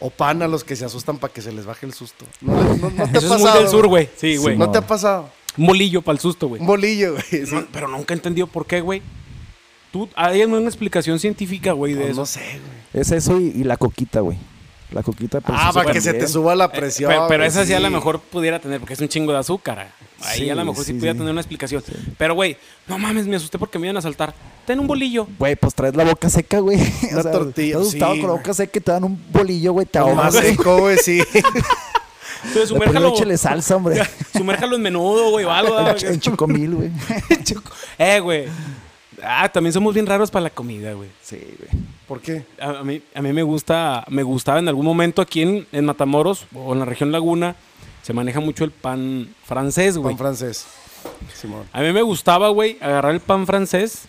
o pan a los que se asustan para que se les baje el susto. No, no- no te ha Eso es muy pasado, del sur, güey. Sí, güey. No te ha pasado. Un Molillo para el susto, güey. Un bolillo, güey. sí. No, pero nunca entendió por qué, güey. Tú, hay una explicación científica, güey, de Pues eso. no sé, güey. Es eso y, y la coquita, güey. La coquita. pues, Ah, eso para que se te también. suba la Eh, presión. Pero, pero güey, esa sí, a lo sí. mejor pudiera tener, porque es un chingo de azúcar. eh. Ahí Sí, a lo mejor sí, sí, pudiera sí. tener una explicación. Pero, güey, no mames, me asusté porque me iban a saltar. Ten un bolillo. Güey, pues traes la boca seca, güey. Una tortilla, Estás sí, asustado con la güey. boca seca y te dan un bolillo, güey. Te Lo más ahogas. güey. seco, güey, sí. Entonces, Le pones sumérjalo, échale salsa, hombre. sumérjalo en menudo, güey, o algo. En ¿verdad? ch- en chocomil, güey. Eh, güey. Ah, también somos bien raros para la comida, güey. Sí, güey. ¿Por qué? A, a mí, a mí me gusta, me gustaba en algún momento aquí en, en Matamoros o en la región Laguna, se maneja mucho el pan francés, güey. Pan francés. Simón. a mí me gustaba, güey, agarrar el pan francés,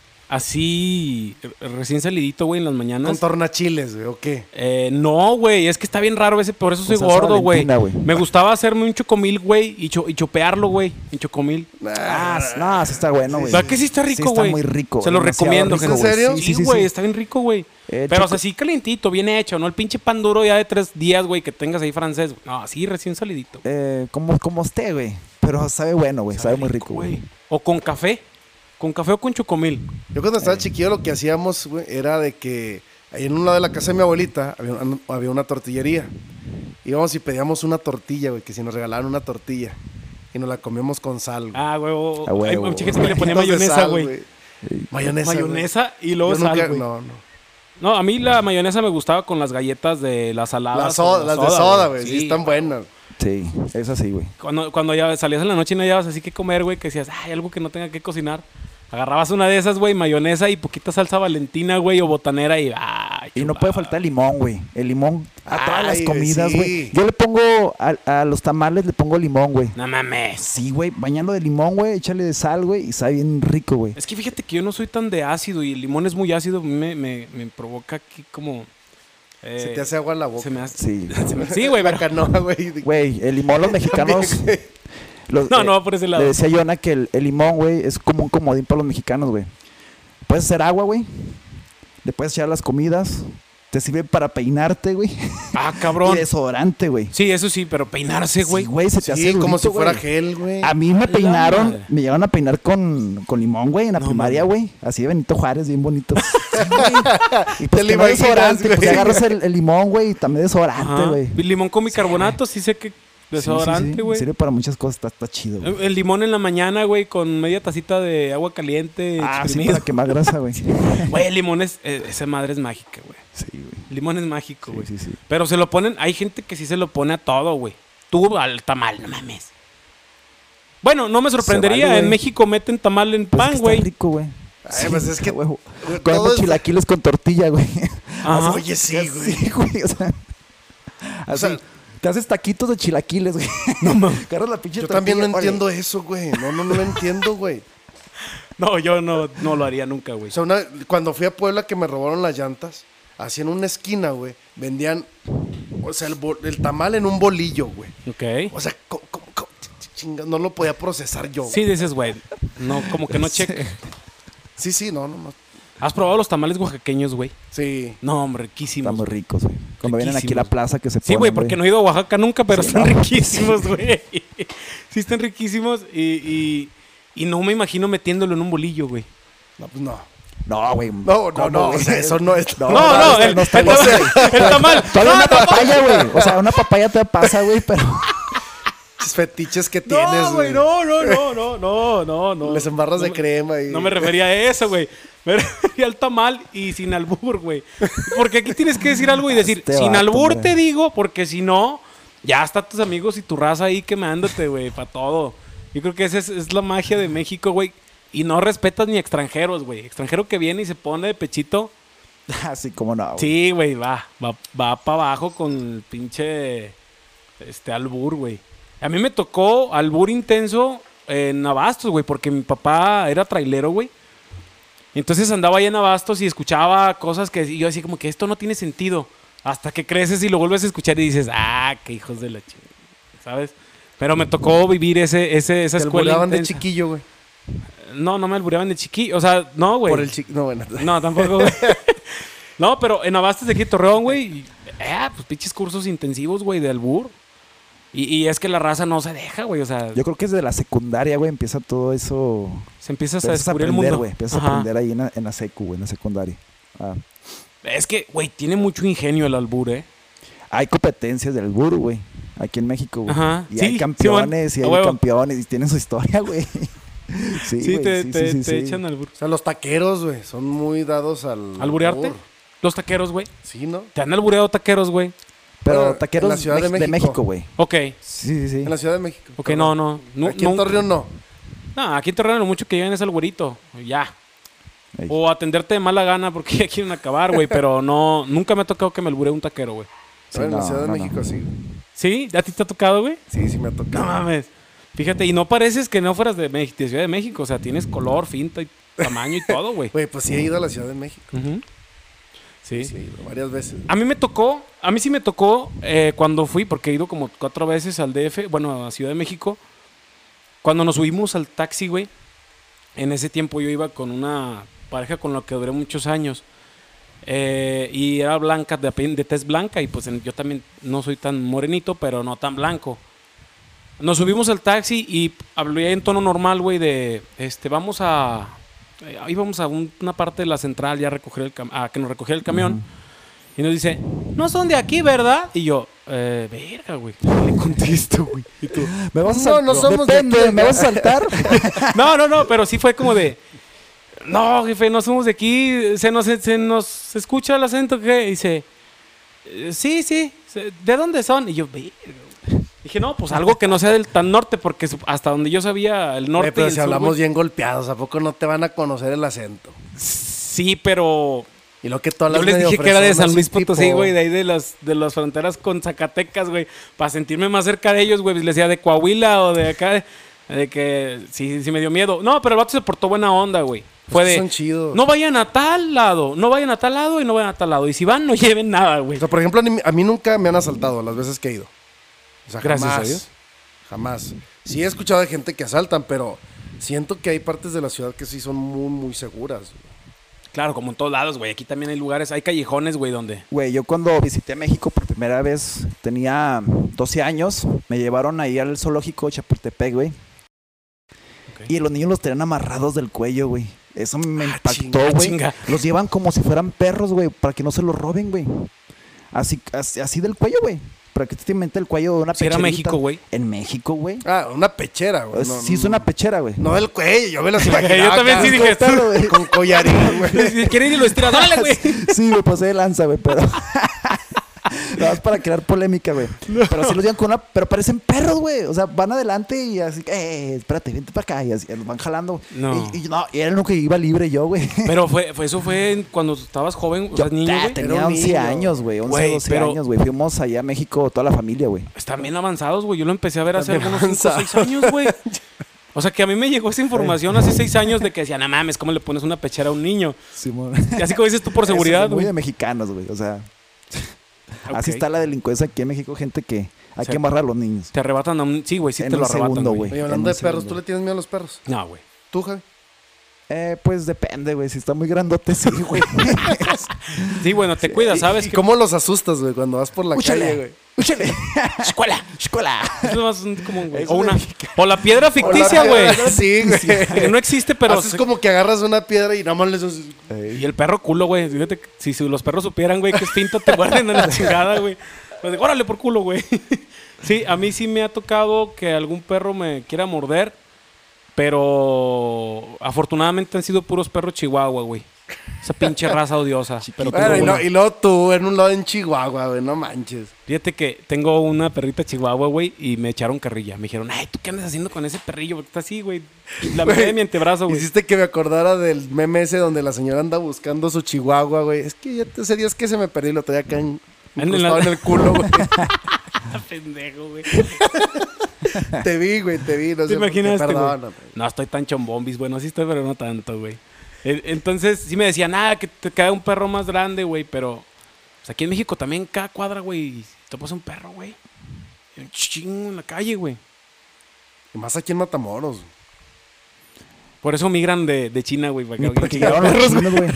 así re- recién salidito, güey, en las Con mañanas. tornachiles, güey, ¿o qué? Eh, no, güey, es que está bien raro ese, por eso soy Con salsa gordo, güey. valentina, güey. Me gustaba hacerme un chocomil, güey, y, cho- y chopearlo, güey, en chocomil. Ah, no, sí está bueno, güey. ¿Verdad que sí está Sí rico, está güey? muy rico, Se lo demasiado recomiendo, rico, gente. güey. ¿En serio? Sí, Sí, sí, güey, sí. está bien rico, güey. Pero, Eh, o choco- sea, sí calientito, bien hecho, ¿no? El pinche pan duro ya de tres días, güey, que tengas ahí francés. güey. No, así recién salidito. Eh, como, como esté, güey. Pero sabe bueno, güey. Eh, Sabe, muy rico, güey. O con café. Con café o con chocomil. Yo cuando estaba chiquillo lo que hacíamos, güey, era de que ahí en un lado de la casa de mi abuelita había una, había una tortillería. Íbamos y pedíamos una tortilla, güey, que si nos regalaban una tortilla. Y nos la comíamos con sal, güey. Ah, güey. o- Ah, güey, hay- güey. hay chicas que le ponía Llenos de mayonesa, sal, güey. Mayonesa. güey. Mayonesa y luego Yo nunca- sal, güey. No. No, no. a mí la mayonesa me gustaba con las galletas de las saladas. Las, o soda- las de soda, güey. Sí, están buenas. Sí, es así, güey. Cuando, cuando ya salías en la noche y no llevabas así que comer, güey, que decías, ay, algo que no tenga que cocinar. Agarrabas una de esas, güey, mayonesa y poquita salsa valentina, güey, o botanera y... ay, Y no puede faltar el limón, güey. El limón a todas las Ay, comidas, sí. güey. Yo le pongo a, a los tamales, le pongo limón, güey. No mames. Sí, güey. Bañalo de limón, güey. Échale de sal, güey. Y sabe bien rico, güey. Es que fíjate que yo no soy tan de ácido y el limón es muy ácido, me, me, me provoca aquí como... eh, Se te hace agua en la boca. se me hace- Sí. se me- sí, güey, La pero... canoa, güey. Güey, el limón los mexicanos... los- No, eh, no va por ese lado. Le decía a Yona que el, el limón, güey, es como un comodín para los mexicanos, güey. Puedes hacer agua, güey. Le puedes echar las comidas. Te sirve para peinarte, güey. Ah, cabrón. Y desodorante, güey. Sí, eso sí, pero peinarse, güey. Sí, güey, se te hace Sí, como durito, si fuera güey. gel, güey. Ah, A mí me La peinaron, madre. me llegaron a peinar con, con limón, güey, en la No, primaria, mames. güey. Así de Benito Juárez, bien bonito. Sí, güey. y pues lo que no imaginas, desodorante, pues güey. agarras el, el limón, güey, y también desodorante, Ajá. güey. Sí, Y Limón con bicarbonato, sí, sé que sí, sí, desodorante, sí. güey. Eh, Sirve para muchas cosas, está, está chido, güey. El limón en la mañana, güey, con media tacita de agua caliente. Ah, sí, exprimido. para quemar grasa, güey. Sí, Güey, el limón es. eh, esa madre es mágica, güey. güey. El Limón es mágico, güey. sí, sí. Pero se lo ponen. Hay gente que sí se lo pone a todo, güey. Tú al tamal, no mames. Bueno, no me sorprendería. vale, en güey. México meten tamal en Pues es que pan, está güey. rico, güey. Ay, pues es está que- huevo. güey, todo Comemos es- chilaquiles con tortilla, güey. Ajá. Así- Oye, Ah, sí, güey. Sí, güey, o sea. Así. sea- te haces taquitos de chilaquiles, güey. No mames. la pinche Yo también no tortilla, órale. entiendo eso, güey. No, no, no lo entiendo, güey. No, yo no, no lo haría nunca, güey. O sea, una- cuando fui a Puebla que me robaron las llantas, así en una esquina, güey, vendían, o sea, el, bol- el tamal en un bolillo, güey. Ok. O sea, co- co- co- ch- chinga, no lo podía procesar yo. Sí, güey. dices, güey. No, como que no checa. Sí, sí, no, no, no. ¿Has probado los tamales oaxaqueños, güey? Sí. No, hombre, riquísimos. Están muy ricos, güey. Cuando vienen aquí a la Riquísimos. plaza que se Sí, güey, ponen, porque no he ido a Oaxaca nunca, pero Sí, están no. riquísimos, güey. sí, están riquísimos y, y, y no me imagino metiéndolo en un bolillo, güey. No, pues no. No, güey. No, no, ¿Cómo, no. O güey? sea, eso no es. No, No, no, está- el, no está el bien. tamal. El tamal. Todavía una papaya, güey. O sea, una papaya te pasa, güey, pero... Esos fetiches que tienes. No, güey, no, no, no, no, no, no, no. Les embarras No de me- crema y. No me refería a eso, güey. Me refería al tamal y sin albur, güey. Porque aquí tienes que decir algo y decir, Este sin vato, albur güey. te digo, porque si no, ya está tus amigos y tu raza ahí quemándote, güey, para todo. Yo creo que esa es, es la magia de México, güey. Y no respetas ni a extranjeros, güey. Extranjero que viene y se pone de pechito. Así como no, güey. Sí, güey, va, va, va para abajo con el pinche este albur, güey. A mí me tocó albur intenso en Abastos, güey, porque mi papá era trailero, güey. Entonces andaba ahí en Abastos y escuchaba cosas que y yo así como que esto no tiene sentido. Hasta que creces y lo vuelves a escuchar y dices, ah, qué hijos de la chingada, ¿sabes? Pero me tocó vivir ese, ese, esa Te escuela. albureaban de intensa. chiquillo, güey. No, no me albureaban de chiqui. O sea, no, güey. Por el chiquillo. No, bueno. No, tampoco, güey. no, pero en Abastos de aquí de Torreón, güey. y- Eh, pues pinches cursos intensivos, güey, de albur. Y, y es que la raza no se deja, güey. O sea, Yo creo que desde la secundaria, güey, empieza todo eso... se empiezas a Empiezas a descubrir el aprender, mundo. güey. Empiezas Ajá. a aprender ahí en la, en la secu, güey, en la secundaria. Ah. Es que, güey, tiene mucho ingenio el albur, eh. Hay competencias del albur, güey. Aquí en México, güey. Ajá. Y Sí, hay Simón. campeones, A y hay huevo. campeones, y tienen su historia, güey. Sí, Sí, güey, te, sí, te- sí, sí, te sí. echan albur. O sea, los taqueros, güey, son muy dados al. ¿Alburearte? albur. Los taqueros, güey. Sí, ¿no? Te han albureado taqueros, güey. Pero Bueno, taqueros en la Ciudad de Mex- de México. México, güey. Ok. Sí, sí, sí. En la Ciudad de México. Ok, no, no. no Aquí en nunca- Torreón no. No, aquí en Torreón lo mucho que llegan es al güerito. Ya. Ahí. O atenderte de mala gana porque ya quieren acabar, güey. Pero no, nunca me ha tocado que me alburee un taquero, güey. Sí, Pero en la no, Ciudad de no, no. México sí. güey. ¿Sí? ¿A ti te ha tocado, güey? Sí, sí me ha tocado. No mames. Fíjate, y no pareces que no fueras de, Mex- de Ciudad de México. O sea, tienes color, finta y tamaño y todo, güey. Güey, pues sí he ido a la Ciudad de México. Ujú. Sí. Sí, he ido varias veces. A mí me tocó, a mí sí me tocó eh, cuando fui, porque he ido como cuatro veces al DF, bueno, a Ciudad de México. Cuando nos subimos al taxi, güey, en ese tiempo yo iba con una pareja con la que duré muchos años. eh, y era blanca, de, ape- de tez blanca, y pues en- yo también no soy tan morenito, pero no tan blanco. Nos subimos al taxi y hablé en tono normal, güey, de, este, vamos a, eh, íbamos a un- una parte de la central ya a recoger el, cam- a que nos recogiera el camión. Y nos dice, no son de aquí, ¿verdad? Y yo, eh, verga, güey. Le contesto, güey. Y tú, ¿Me vas a No, saltar? no somos de Depende, aquí, ¿me vas a saltar? No, no, no, pero sí fue como de. No, jefe, no somos de aquí. Se nos, se nos escucha el acento que dice. "Eh, Sí, sí. se- ¿De dónde son? Y yo, "Verga, güey". Dije, no, pues algo que no sea del tan norte, porque su- hasta donde yo sabía, el norte. Güey, y pero el si sur, hablamos güey, bien golpeados, ¿a poco no te van a conocer el acento? Sí, pero. Y lo que todas las Yo les medio dije que era de fresonas, San Luis tipo- Potosí, güey, de ahí de las, de las fronteras con Zacatecas, güey. Para sentirme más cerca de ellos, güey. pues, Les decía de Coahuila o de acá. De que sí, sí me dio miedo. No, pero el vato se portó buena onda, güey. Fue Es que de. Pues son chidos. No vayan a tal lado, no vayan a tal lado y no vayan a tal lado. Y si van, no lleven nada, güey. O sea, por ejemplo, a mí- a mí nunca me han asaltado las veces que he ido. O sea, Gracias jamás, a Dios. Jamás. Sí he escuchado de gente que asaltan, pero siento que hay partes de la ciudad que sí son muy, muy seguras. güey. Claro, como en todos lados, güey. Aquí también hay lugares, hay callejones, güey, donde. Güey, yo cuando visité México por primera vez, tenía 12 años, me llevaron ahí al zoológico de Chapultepec, güey. Ok. Ah, Y los niños los tenían amarrados del cuello, güey. Eso chinga, me impactó, güey. chinga. Los llevan como si fueran perros, güey, para que no se los roben, güey. Así, así, así del cuello, güey. Prácticamente el cuello de una Si era pecherita. México, güey. En México, güey. Ah, una pechera, güey. Es- No, Pues sí, es una pechera, güey. No del cuello, yo me las imaginaba. Yo también acá, sí dije, con- "Tú". Con collarín, güey. Si quieren y lo estiras, dale, güey. Sí, me pasé de lanza, güey, pero. Nada más para crear polémica, güey. Pero sí los llevan con una. Pero parecen perros, güey. O sea, van adelante y así, eh, espérate, vente para acá. Y así, los van jalando. No. Y, y no, y era lo que iba libre yo, güey. Pero fue, fue, eso fue en- cuando estabas joven, o sea, Yo niño, ah, güey. Era tenía un 11 niño. años, güey. 11, Güey, 12 pero- años, güey. Fuimos allá a México, toda la familia, güey. Están bien avanzados, güey. Yo lo empecé a ver hace También algunos 5 o 6 años, güey. O sea, que a mí me llegó esa información hace 6 años de que decían, no mames, ¿cómo le pones una pechera a un niño? Simón. Y así como dices tú por seguridad, Muy güey. de mexicanos, güey. O sea, así Ok. está la delincuencia aquí en México, gente que sea, hay que embarrar a los niños. Te arrebatan a un... Sí, güey, sí En te lo un arrebatan, segundo, güey. güey. Oye, hablando En de un perros, ¿tú segundo. le tienes miedo a los perros? No, güey. ¿Tú, Javi? Eh, pues depende, güey. Si está muy grandote, sí, güey. Sí, bueno, te cuidas, ¿sabes? ¿Y Que cómo los asustas, güey, cuando vas por la calle, güey? ¡Úchale! escuela. ¡Escuela! Es nomás un- como, güey, Eso o, de una, o la piedra ficticia, güey. Sí, Que güey. no existe, pero. Haces como que agarras una piedra y nada más les... haces- Eh, Y el perro culo, güey. Fíjate que Si su- los perros supieran, güey, que finta te guarden en la chingada, güey. Pues, órale por culo, güey. Sí, a mí sí me ha tocado que algún perro me quiera morder. Pero afortunadamente han sido puros perros chihuahua, güey. Esa pinche raza odiosa. Pero Bueno, tengo y, una. lo- y luego tú, en un lado en Chihuahua, güey, no manches. Fíjate que tengo una perrita chihuahua, güey, y me echaron carrilla. Me dijeron, ay, ¿tú qué andas haciendo con ese perrillo? Porque está así, güey. La miré de mi antebrazo, güey. Hiciste que me acordara del meme ese donde la señora anda buscando su Chihuahua, güey. Es que ya te- ese día es que se me perdí y lo traía acá en, En el- incrustado en el culo, güey. Ah, Pendejo, güey. te vi, güey, te vi. No ¿Te sé por qué, imaginaste, güey? perdóname. No estoy tan chombombis, bueno, sí estoy, pero no tanto, güey. En- Entonces, sí me decían, ah, que te cae un perro más grande, güey, pero... pues, aquí en México también cada cuadra, güey, te pasa un perro, güey. Un chingo en la calle, güey. Y más aquí en Matamoros. Por eso migran de, de China, güey, para acá, Ni güey. porque llegaron los chinos, güey.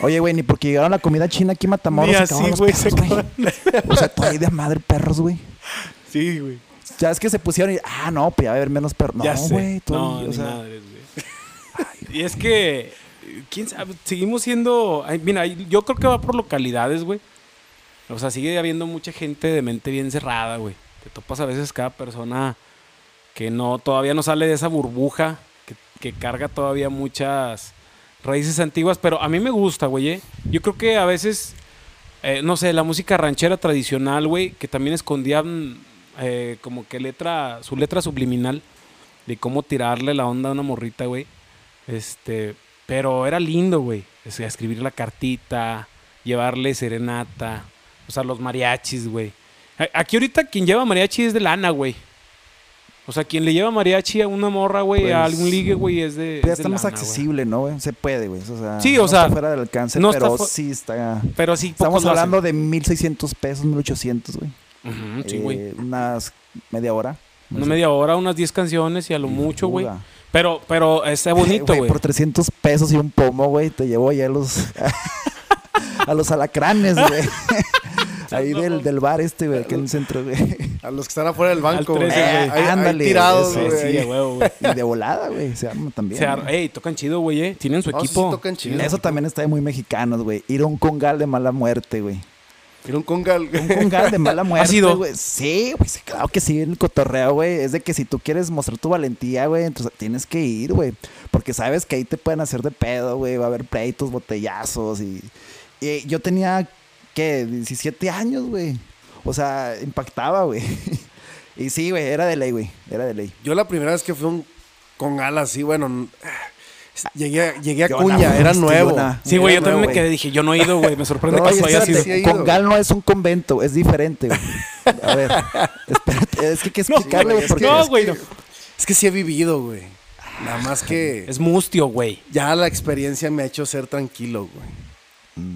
Oye, güey, ni porque llegaron la comida china aquí en Matamoros. Ni se así, acabaron los güey, se perros, O sea, todavía de madre perros, güey. Sí, güey. Ya es que se pusieron y, ah, no, pues ya va a haber menos perros. No, ya sé. güey, tú. no, o ni sea, madres, güey. Y es que, quién sabe, seguimos siendo. ay, mira, yo creo que va por localidades, güey. O sea, sigue habiendo mucha gente de mente bien cerrada, güey. Te topas a veces cada persona que no, todavía no sale de esa burbuja, que, que carga todavía muchas raíces antiguas. Pero a mí me gusta, güey. ¿eh? Yo creo que a veces eh, no sé, la música ranchera tradicional, güey, que también escondían eh, como que letra, su letra subliminal de cómo tirarle la onda a una morrita, güey. Este, pero era lindo, güey. O sea, escribir la cartita, llevarle serenata, o sea, los mariachis, güey. A- Aquí ahorita quien lleva mariachi es de lana, güey. O sea, quien le lleva mariachi a una morra, güey, a Pues, algún ligue, güey, es de. Ya es de está más lana, güey. accesible, ¿no? güey? Se puede, güey. O sea, Sí, o no está sea, fuera del alcance, no está pero fu- sí está. Pero sí, Estamos pocos lo hacen. hablando de 1600 pesos, 1800, güey. Ujú, sí, güey. Eh, unas media hora. Una media hora, unas 10 canciones y a lo mucho, güey. Duda. Pero, pero está bonito, güey. Por 300 pesos y un pomo, güey, te llevo allá a los. a los alacranes, güey. Ahí del, del bar este, güey, aquí en el centro, güey. A los que están afuera del banco, güey. 13, güey. Ahí- ahí Ándale, tirados, eso, Sí, güey. sí, a huevo, güey. Y de volada, güey. Se arma también. Se güey. ar- Ey, tocan chido, güey, eh. Tienen su No, sí, equipo. sí tocan chido. Eso también está de muy mexicanos, güey. Ir a un congal de mala muerte, güey. Era un congal, Un güey. congal de mala muerte, ido? güey. Sí, güey, sí, claro que sí, el cotorreo, güey. Es de que si tú quieres mostrar tu valentía, güey, entonces tienes que ir, güey. Porque sabes que ahí te pueden hacer de pedo, güey. Va a haber pleitos, botellazos y... y yo tenía, ¿qué? 17 años, güey. O sea, impactaba, güey. Y sí, güey, era de ley, güey. Era de ley. Yo la primera vez que fui a un congal así, bueno, n- llegué, a- llegué a Yo Cuña, la- era sí, nuevo. una- Sí, güey, yo también me güey. quedé. Dije, yo no he ido, güey. Me sorprende No, que oye, tú hayas espérate, ido. sí he ido. Congal no es un convento, es diferente. güey. A ver, espérate, es que hay que explicarle, güey, güey, es porque No, es- güey. no. Es que sí he vivido, güey. Nada más que Es mustio, güey. ya la experiencia me ha hecho ser tranquilo, güey.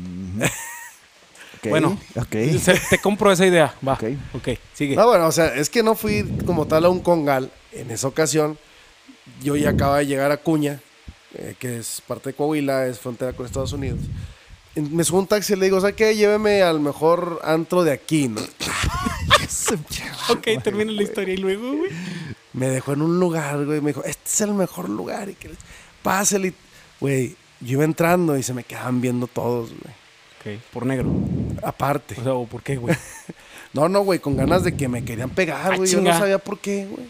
ok, Bueno, ok. Se- te compro esa idea. Va. Ok. Ok, sigue. No, bueno, o sea, es que no fui como tal a un congal en esa ocasión. Yo ya acababa de llegar a Cuña, eh, que es parte de Coahuila, es frontera con Estados Unidos. En- Me subo a un taxi y le digo, ¿sabes qué? Lléveme al mejor antro de aquí, ¿no? ok, termina la historia y luego, güey. Me dejó en un lugar, güey. Me dijo, este es el mejor lugar. Y que... Pásale. y- Güey, yo iba entrando y se me quedaban viendo todos, güey. Ok, por negro. Aparte. O sea, ¿o ¿por qué, güey? No, no, güey, con ganas de que me querían pegar, Ah, güey. Yo no chinga. sabía por qué, güey.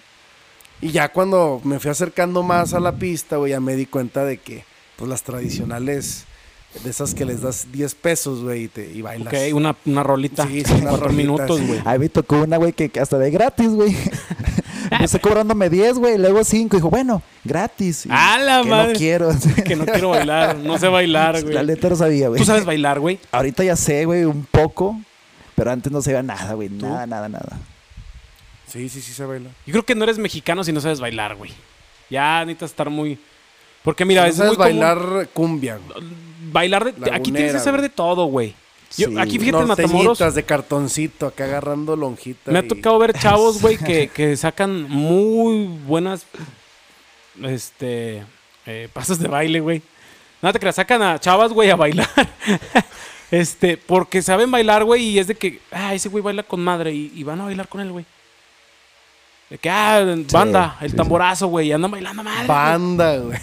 Y ya cuando me fui acercando más a la pista, güey, ya me di cuenta de que, pues las tradicionales, de esas que les das 10 pesos, güey, y, te- y bailas. Ok, una, una rolita. Sí, sí, una cuatro rolita, minutos, sí. güey. A mí me tocó una, güey, que que hasta de gratis, güey. Empezó cobrándome 10, güey, luego 5. Dijo, bueno, gratis. Y ¡A la que madre! No quiero. Que no quiero bailar. No sé bailar, La güey. letra no sabía, güey. ¿Tú sabes bailar, güey? Ahorita ya sé, güey, un poco. Pero antes no sabía nada, güey. Nada, nada, nada. Sí, sí, sí se baila. Yo creo que no eres mexicano si no sabes bailar, güey. Ya necesitas estar muy. Porque mira, No es muy sabes común- bailar cumbia, güey. Bailar de. Lagunera, aquí tienes que saber güey. de todo, güey. Yo- Sí. Aquí fíjate en Matamoros. Norteñitas de cartoncito, acá agarrando lonjita. Me ha y- tocado ver chavos, güey, que, que sacan muy buenas este eh, pasos de baile, güey. No te creas, sacan a chavas, güey, a bailar. este, porque saben bailar, güey, y es de que, ah, ese güey baila con madre y, y van a bailar con él, güey. De que, ah, banda, el tamborazo, güey, y andan bailando madre. güey. Banda, güey.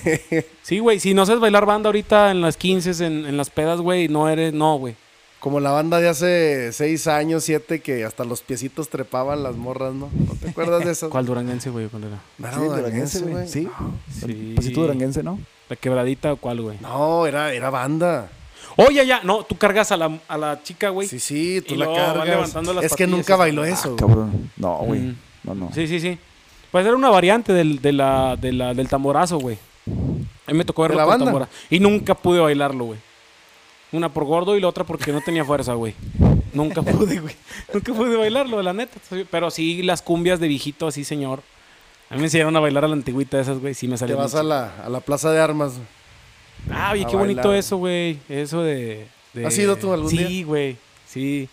Sí, güey, si no sabes bailar banda ahorita en las 15, en, en las pedas, güey, no eres, no, güey. Como la banda de hace 6 años, 7, que hasta los piecitos trepaban las morras, ¿no? ¿No te acuerdas de eso? ¿Cuál duranguense, güey? ¿Cuál era? No, sí, duranguense, güey. Sí. Sí. Pasito Pues duranguense, ¿no? ¿La quebradita o cuál, güey? No, era, era banda. Oye, Oh, ya, no, tú cargas a la, a la chica, güey. Sí, sí, tú Y la luego van cargas. levantando las Es que patillas nunca y- bailó Ah, eso. güey. Cabrón. No, güey. Mm. No, no. sí, sí, sí. Pues era una variante del, de la, de la- del tamborazo, güey. A mí me tocó verlo ¿De la con banda? tambora. Y nunca pude bailarlo, güey. Una por gordo y la otra porque no tenía fuerza, güey. Nunca pude, güey. Nunca pude bailarlo, la neta. Pero sí, las cumbias de viejito, así, señor. A mí me enseñaron a bailar a la antigüita de esas, güey. Sí, me Te salió. vas a la, a la plaza de armas. güey. Ah, oye, a qué bonito bailar. eso, güey. Eso de, de- ¿Has ido tú algún Sí, día? güey. Sí.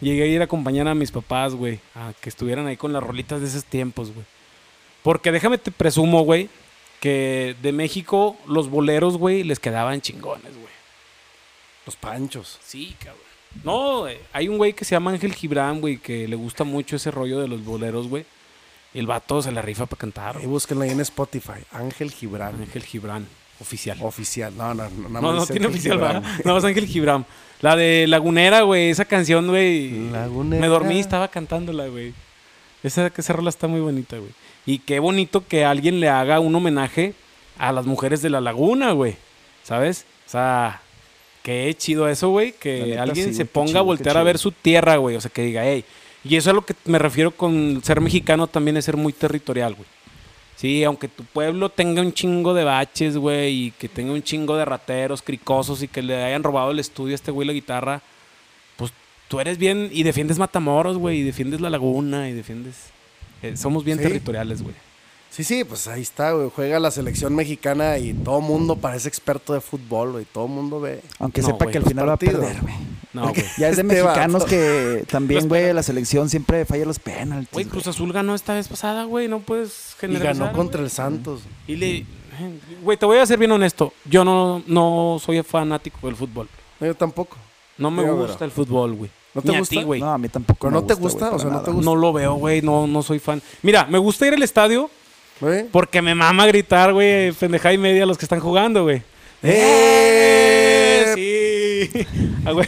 Llegué a ir a acompañar a mis papás, güey. A que estuvieran ahí con las rolitas de esos tiempos, güey. Porque déjame te presumo, güey, que de México los boleros, güey, les quedaban chingones, güey. Los panchos. Sí, cabrón. No, güey, hay un güey que se llama Ángel Gibran, güey, que le gusta mucho ese rollo de los boleros, güey. Y el vato se la rifa para cantar. Ahí güey. búsquenlo ahí en Spotify. Ángel Gibran. Ángel Gibran, oficial. Oficial. No, no, no. nada No, más no dice tiene Ángel oficial, Gibran, ¿verdad? No, es Ángel Gibram. La de Lagunera, güey. Esa canción, güey. Lagunera. Me dormí y estaba cantándola, güey. Esa, esa rola está muy bonita, güey. Y qué bonito que alguien le haga un homenaje a las mujeres de la laguna, güey. ¿Sabes? O sea, qué chido eso, güey. La Que neta, alguien sí, se güey, qué ponga chido, a qué voltear a chido. ver su tierra, güey. O sea, que diga, hey. Y eso es lo que me refiero con ser mexicano también es ser muy territorial, güey. Sí, aunque tu pueblo tenga un chingo de baches, güey, y que tenga un chingo de rateros, cricosos, y que le hayan robado el estudio a este güey la guitarra, pues tú eres bien y defiendes Matamoros, güey, y defiendes la laguna, y defiendes Eh, somos bien Sí. territoriales, güey. Sí, sí, pues ahí está, güey. Juega la selección mexicana y todo mundo parece experto de fútbol, güey. Todo mundo ve. Aunque No, sepa güey, que al los final va a partidos. perder, güey. No, güey. Ya es de Este mexicanos vato. que también, Los güey, la selección siempre falla los penaltis. Güey, pues, güey. Cruz Azul ganó esta vez pasada, güey. No puedes Y generalizar. ganó güey. contra el Santos. Y le. Güey, te voy a ser bien honesto. Yo no, no soy fanático del fútbol. No, yo tampoco. No me Sí, gusta pero- el fútbol, güey. ¿No te Ni gusta? a ti, güey. No, a mí tampoco. ¿Pero me no te gusta? güey, O sea, para ¿no te nada. gusta? No lo veo, güey. No, no soy fan. Mira, me gusta ir al estadio ¿Eh? porque me mama gritar, güey, pendejada y media a los que están jugando, güey. ¡Eh! Sí. Ah, güey.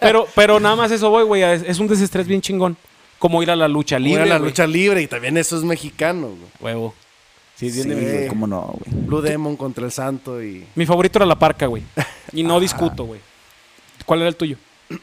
pero, pero nada más eso voy, güey. Es, es un desestrés bien chingón. Como ir a la lucha libre. Juega la güey. lucha libre y también eso es mexicano, güey. Huevo. Sí, Sí, bien de mi- güey, güey. cómo no, güey. Blue Demon contra el Santo y. Mi favorito era la parca, güey. Y Ah. no discuto, güey. ¿Cuál era el tuyo?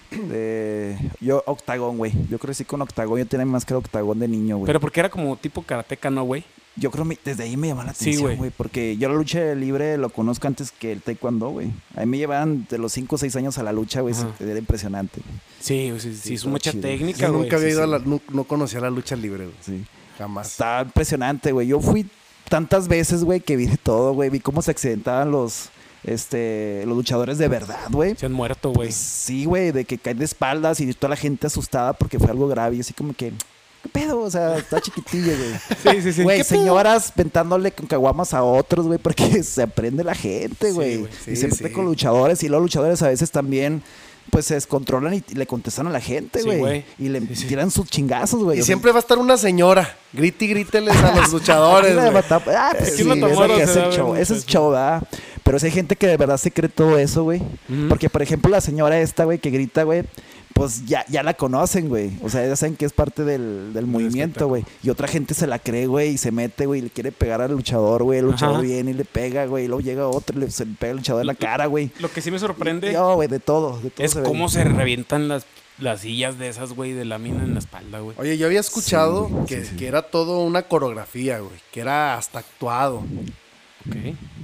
De- Yo, Octagón, güey. Yo crecí con Octagón. Yo tenía mi máscara Octagón de niño, güey. Pero porque era como tipo karateca, ¿no, güey? Yo creo que desde ahí me llamó la Sí, atención, güey. güey. porque yo la lucha libre lo conozco antes que el taekwondo, güey. A mí me llevaban de los 5 o 6 años a la lucha, güey. Ajá. Era impresionante. güey. Sí, sí, sí, es está mucha chido. técnica, Yo güey. nunca había Sí, ido sí. a la. No, no conocía la lucha libre, güey. Sí. Jamás. Estaba impresionante, güey. Yo fui tantas veces, güey, que vi de todo, güey. Vi cómo se accidentaban los, este, los luchadores de verdad, güey. Se han muerto, güey. Sí, güey, de que caen de espaldas y toda la gente asustada porque fue algo grave. Y así como que, ¿qué pedo? O sea, está chiquitillo, güey. Sí, sí, sí. Güey, ¿Qué pedo? señoras ventándole con caguamas a otros, güey, porque se aprende la gente, Sí, güey. güey. Sí, y se mete sí. con luchadores y los luchadores a veces también, pues, se descontrolan y le contestan a la gente, Sí, güey. güey. y le Sí, sí. tiran sus chingazos, güey. Y O sea, siempre va a estar una señora. Grite y gríteles a los luchadores. Aquí la de güey. Matap- Ah, pues Aquí sí, en esa Matamoros que se es el da show, mucho ese es eso. show, ¿verdad? Pero si hay gente que de verdad se cree todo eso, güey. Ujú. Porque, por ejemplo, la señora esta, güey, que grita, güey, pues ya, ya la conocen, güey. O sea, ya saben que es parte del, del movimiento, espectáculo. güey. Y otra gente se la cree, güey, y se mete, güey, y le quiere pegar al luchador, güey. El luchador Ajá. viene y le pega, güey. Y luego llega otro y le, se le pega al luchador en la cara, güey. Lo que sí me Y- sorprende No, güey, de todo, de todo. es se ve. cómo se revientan las, las sillas de esas, güey, de la mina en la espalda, güey. Oye, yo había escuchado Sí, güey, que, sí, sí. que era todo una coreografía, güey. Que era hasta actuado. Ok.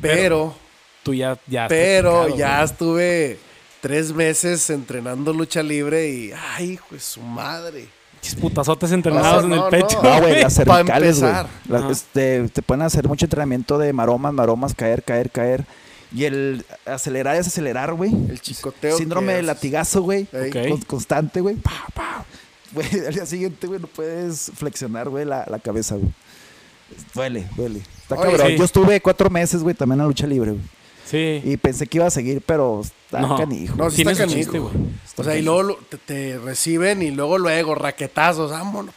Pero, Tú ya, ya. pero, has practicado, ya güey. estuve tres meses entrenando lucha libre y. ¡Ay, hijo de su madre! Pinches Putazotes entrenados O sea, en el no, pecho. no. No, Ah, güey, las Pa' cervicales, güey. empezar. Las- Ajá. este, te pueden hacer mucho entrenamiento de maromas, maromas, caer, caer, caer. Y el acelerar, desacelerar, güey. El chicoteo. Síndrome que de es- latigazo, güey. Ey. Ok. Con- constante, güey. Pa, pa. Güey, al día siguiente, güey, no puedes flexionar, güey, la, la cabeza, güey. Duele, duele. Está Oye, cabrón. sí. Yo estuve cuatro meses, güey, también en la lucha libre, güey. Sí. Y pensé que iba a seguir, pero está No. canijo. No, güey. sí Tiene está su canijo. chiste, güey. O sea, y luego lo- te, te reciben y luego, luego, raquetazos. Vámonos.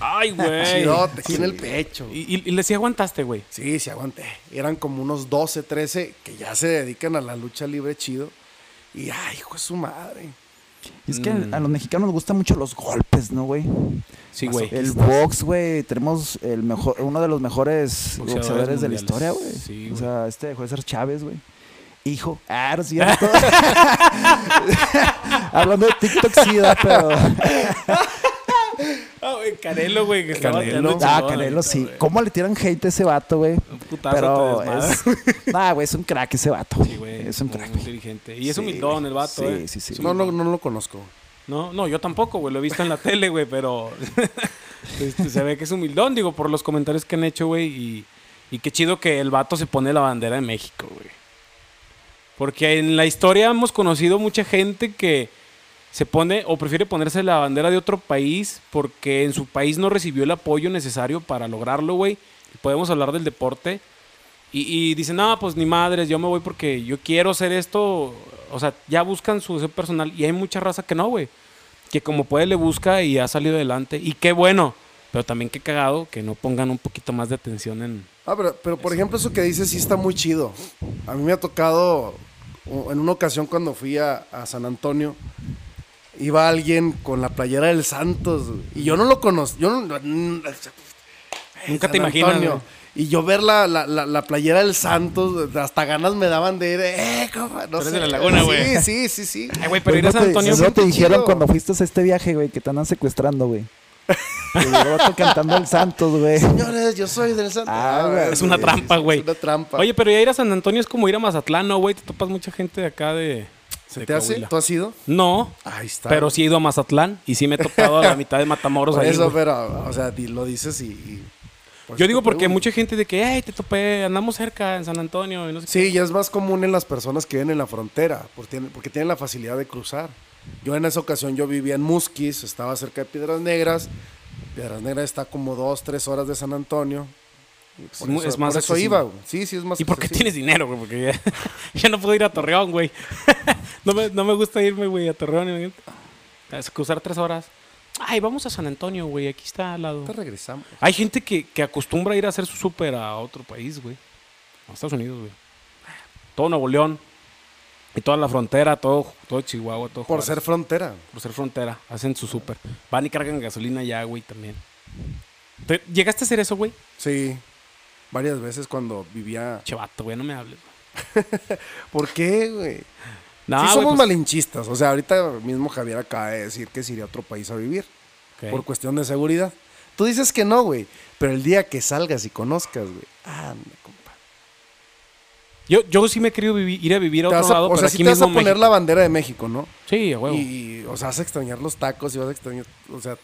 Ay, güey. Chidote, aquí en el pecho. Y, y, y le sí aguantaste, güey. Sí, sí, aguanté. Eran como unos 12, 13 que ya se dedican a la lucha libre chido. Y, ay, hijo de su madre. Y es que Mm. a los mexicanos nos gustan mucho los golpes, ¿no, güey? Sí, güey. El box, güey, tenemos el mejor, uno de los mejores Boxeadores boxeadores, de la mundiales. historia, güey. Sí, o güey. sea, este dejó de ser Chávez, güey. Hijo, ah, no es cierto. Hablando de TikTok, sí, da, pero. Ah, güey, Canelo, güey. que estaba Canelo. bateando Ah, chingón Canelo ahorita, sí. güey. ¿Cómo le tiran hate a ese vato, güey? Un putazo Pero te desmadra. es. Nah, güey, es un crack ese vato. Sí, güey. es un muy crack. güey. inteligente. Y es Sí, un humildón güey. el vato, Sí, eh. sí, sí. No, no, no lo conozco. No, no, yo tampoco, güey. Lo he visto en la tele, güey, pero este, se ve que es humildón, digo, por los comentarios que han hecho, güey. Y, y qué chido que el vato se pone la bandera de México, güey. Porque en la historia hemos conocido mucha gente que se pone o prefiere ponerse la bandera de otro país porque en su país no recibió el apoyo necesario para lograrlo, güey. Podemos hablar del deporte. Y, y dicen, no, pues ni madres, yo me voy porque yo quiero hacer esto. O sea, ya buscan su deseo personal. Y hay mucha raza que no, güey. Que como puede le busca y ha salido adelante. Y qué bueno. Pero también qué cagado que no pongan un poquito más de atención en... Ah, pero, pero por ejemplo, eso que dices sí está muy chido. A mí me ha tocado, o- en una ocasión cuando fui a, a San Antonio, iba alguien con la playera del Santos güey, y yo no lo conozco. Yo no- mm, Nunca San te imaginas, Antonio. güey. Y yo ver la, la- la- la playera del Santos, hasta ganas me daban de ir. ¡Eh, compa! No Tú eres sé. de la Laguna, güey. Sí, sí, sí, sí. Ay, güey, pero ir a no San te- Antonio... no te siento dijeron chido. cuando fuiste a este viaje, güey, que te andan secuestrando, güey. Que llegó el vato cantando el Santos, güey. Señores, yo soy del Santos. Ah, Ah, güey, güey, Es una sí, trampa, sí, güey. Es una trampa. Oye, pero ya ir a San Antonio es como ir a Mazatlán, ¿no, güey? Te topas mucha gente de acá de... ¿Se De te hace? Coahuila. ¿Tú has ido? No, Ahí está. pero sí he ido a Mazatlán y sí me he topado a la mitad de Matamoros Por ahí, eso, güey. pero, o sea, di- lo dices y. y- por Yo eso digo te porque pregunto. mucha gente de que, ay, te topé, andamos cerca en San Antonio y no sé Sí, ya es más común en las personas que viven en la frontera, porque tienen, porque tienen la facilidad de cruzar. Yo en esa ocasión yo vivía en Musquis, estaba cerca de Piedras Negras. Piedras Negras está como dos, tres horas de San Antonio. Por mu- eso, es más por eso accesible. iba, güey. Sí, sí, es más ¿Y por qué accesible. tienes dinero, güey? Porque ya, ya no puedo ir a Torreón, güey. no, me, no me gusta irme, güey, a Torreón. imagínate. Es cruzar tres horas. Ay, vamos a San Antonio, güey. Aquí está al lado. Ahorita regresamos. Hay gente que, que acostumbra a ir a hacer su súper a otro país, güey. A Estados Unidos, güey. Todo Nuevo León. Y toda la frontera, todo, todo Chihuahua, todo Por Juárez. ser frontera. por ser frontera. Hacen su súper. Van y cargan gasolina ya, güey, también. ¿Te- ¿Llegaste a hacer eso, güey? Sí. Varias veces cuando vivía. Chevato, güey, no me hables. güey. ¿Por qué, güey? No, sí, güey, somos pues- malinchistas. O sea, ahorita mismo Javier acaba de decir que se iría a otro país a vivir. Ok. Por cuestión de seguridad. Tú dices que no, güey. Pero el día que salgas y conozcas, güey. Anda, compa. Yo, yo sí me he querido vivi- ir a vivir a Te otro vas a- lado, o pero sea, aquí sí te vas a mismo poner en la México. bandera de México, ¿no? Sí, a huevo. Y, o sea, vas a extrañar los tacos y vas a extrañar. O sea,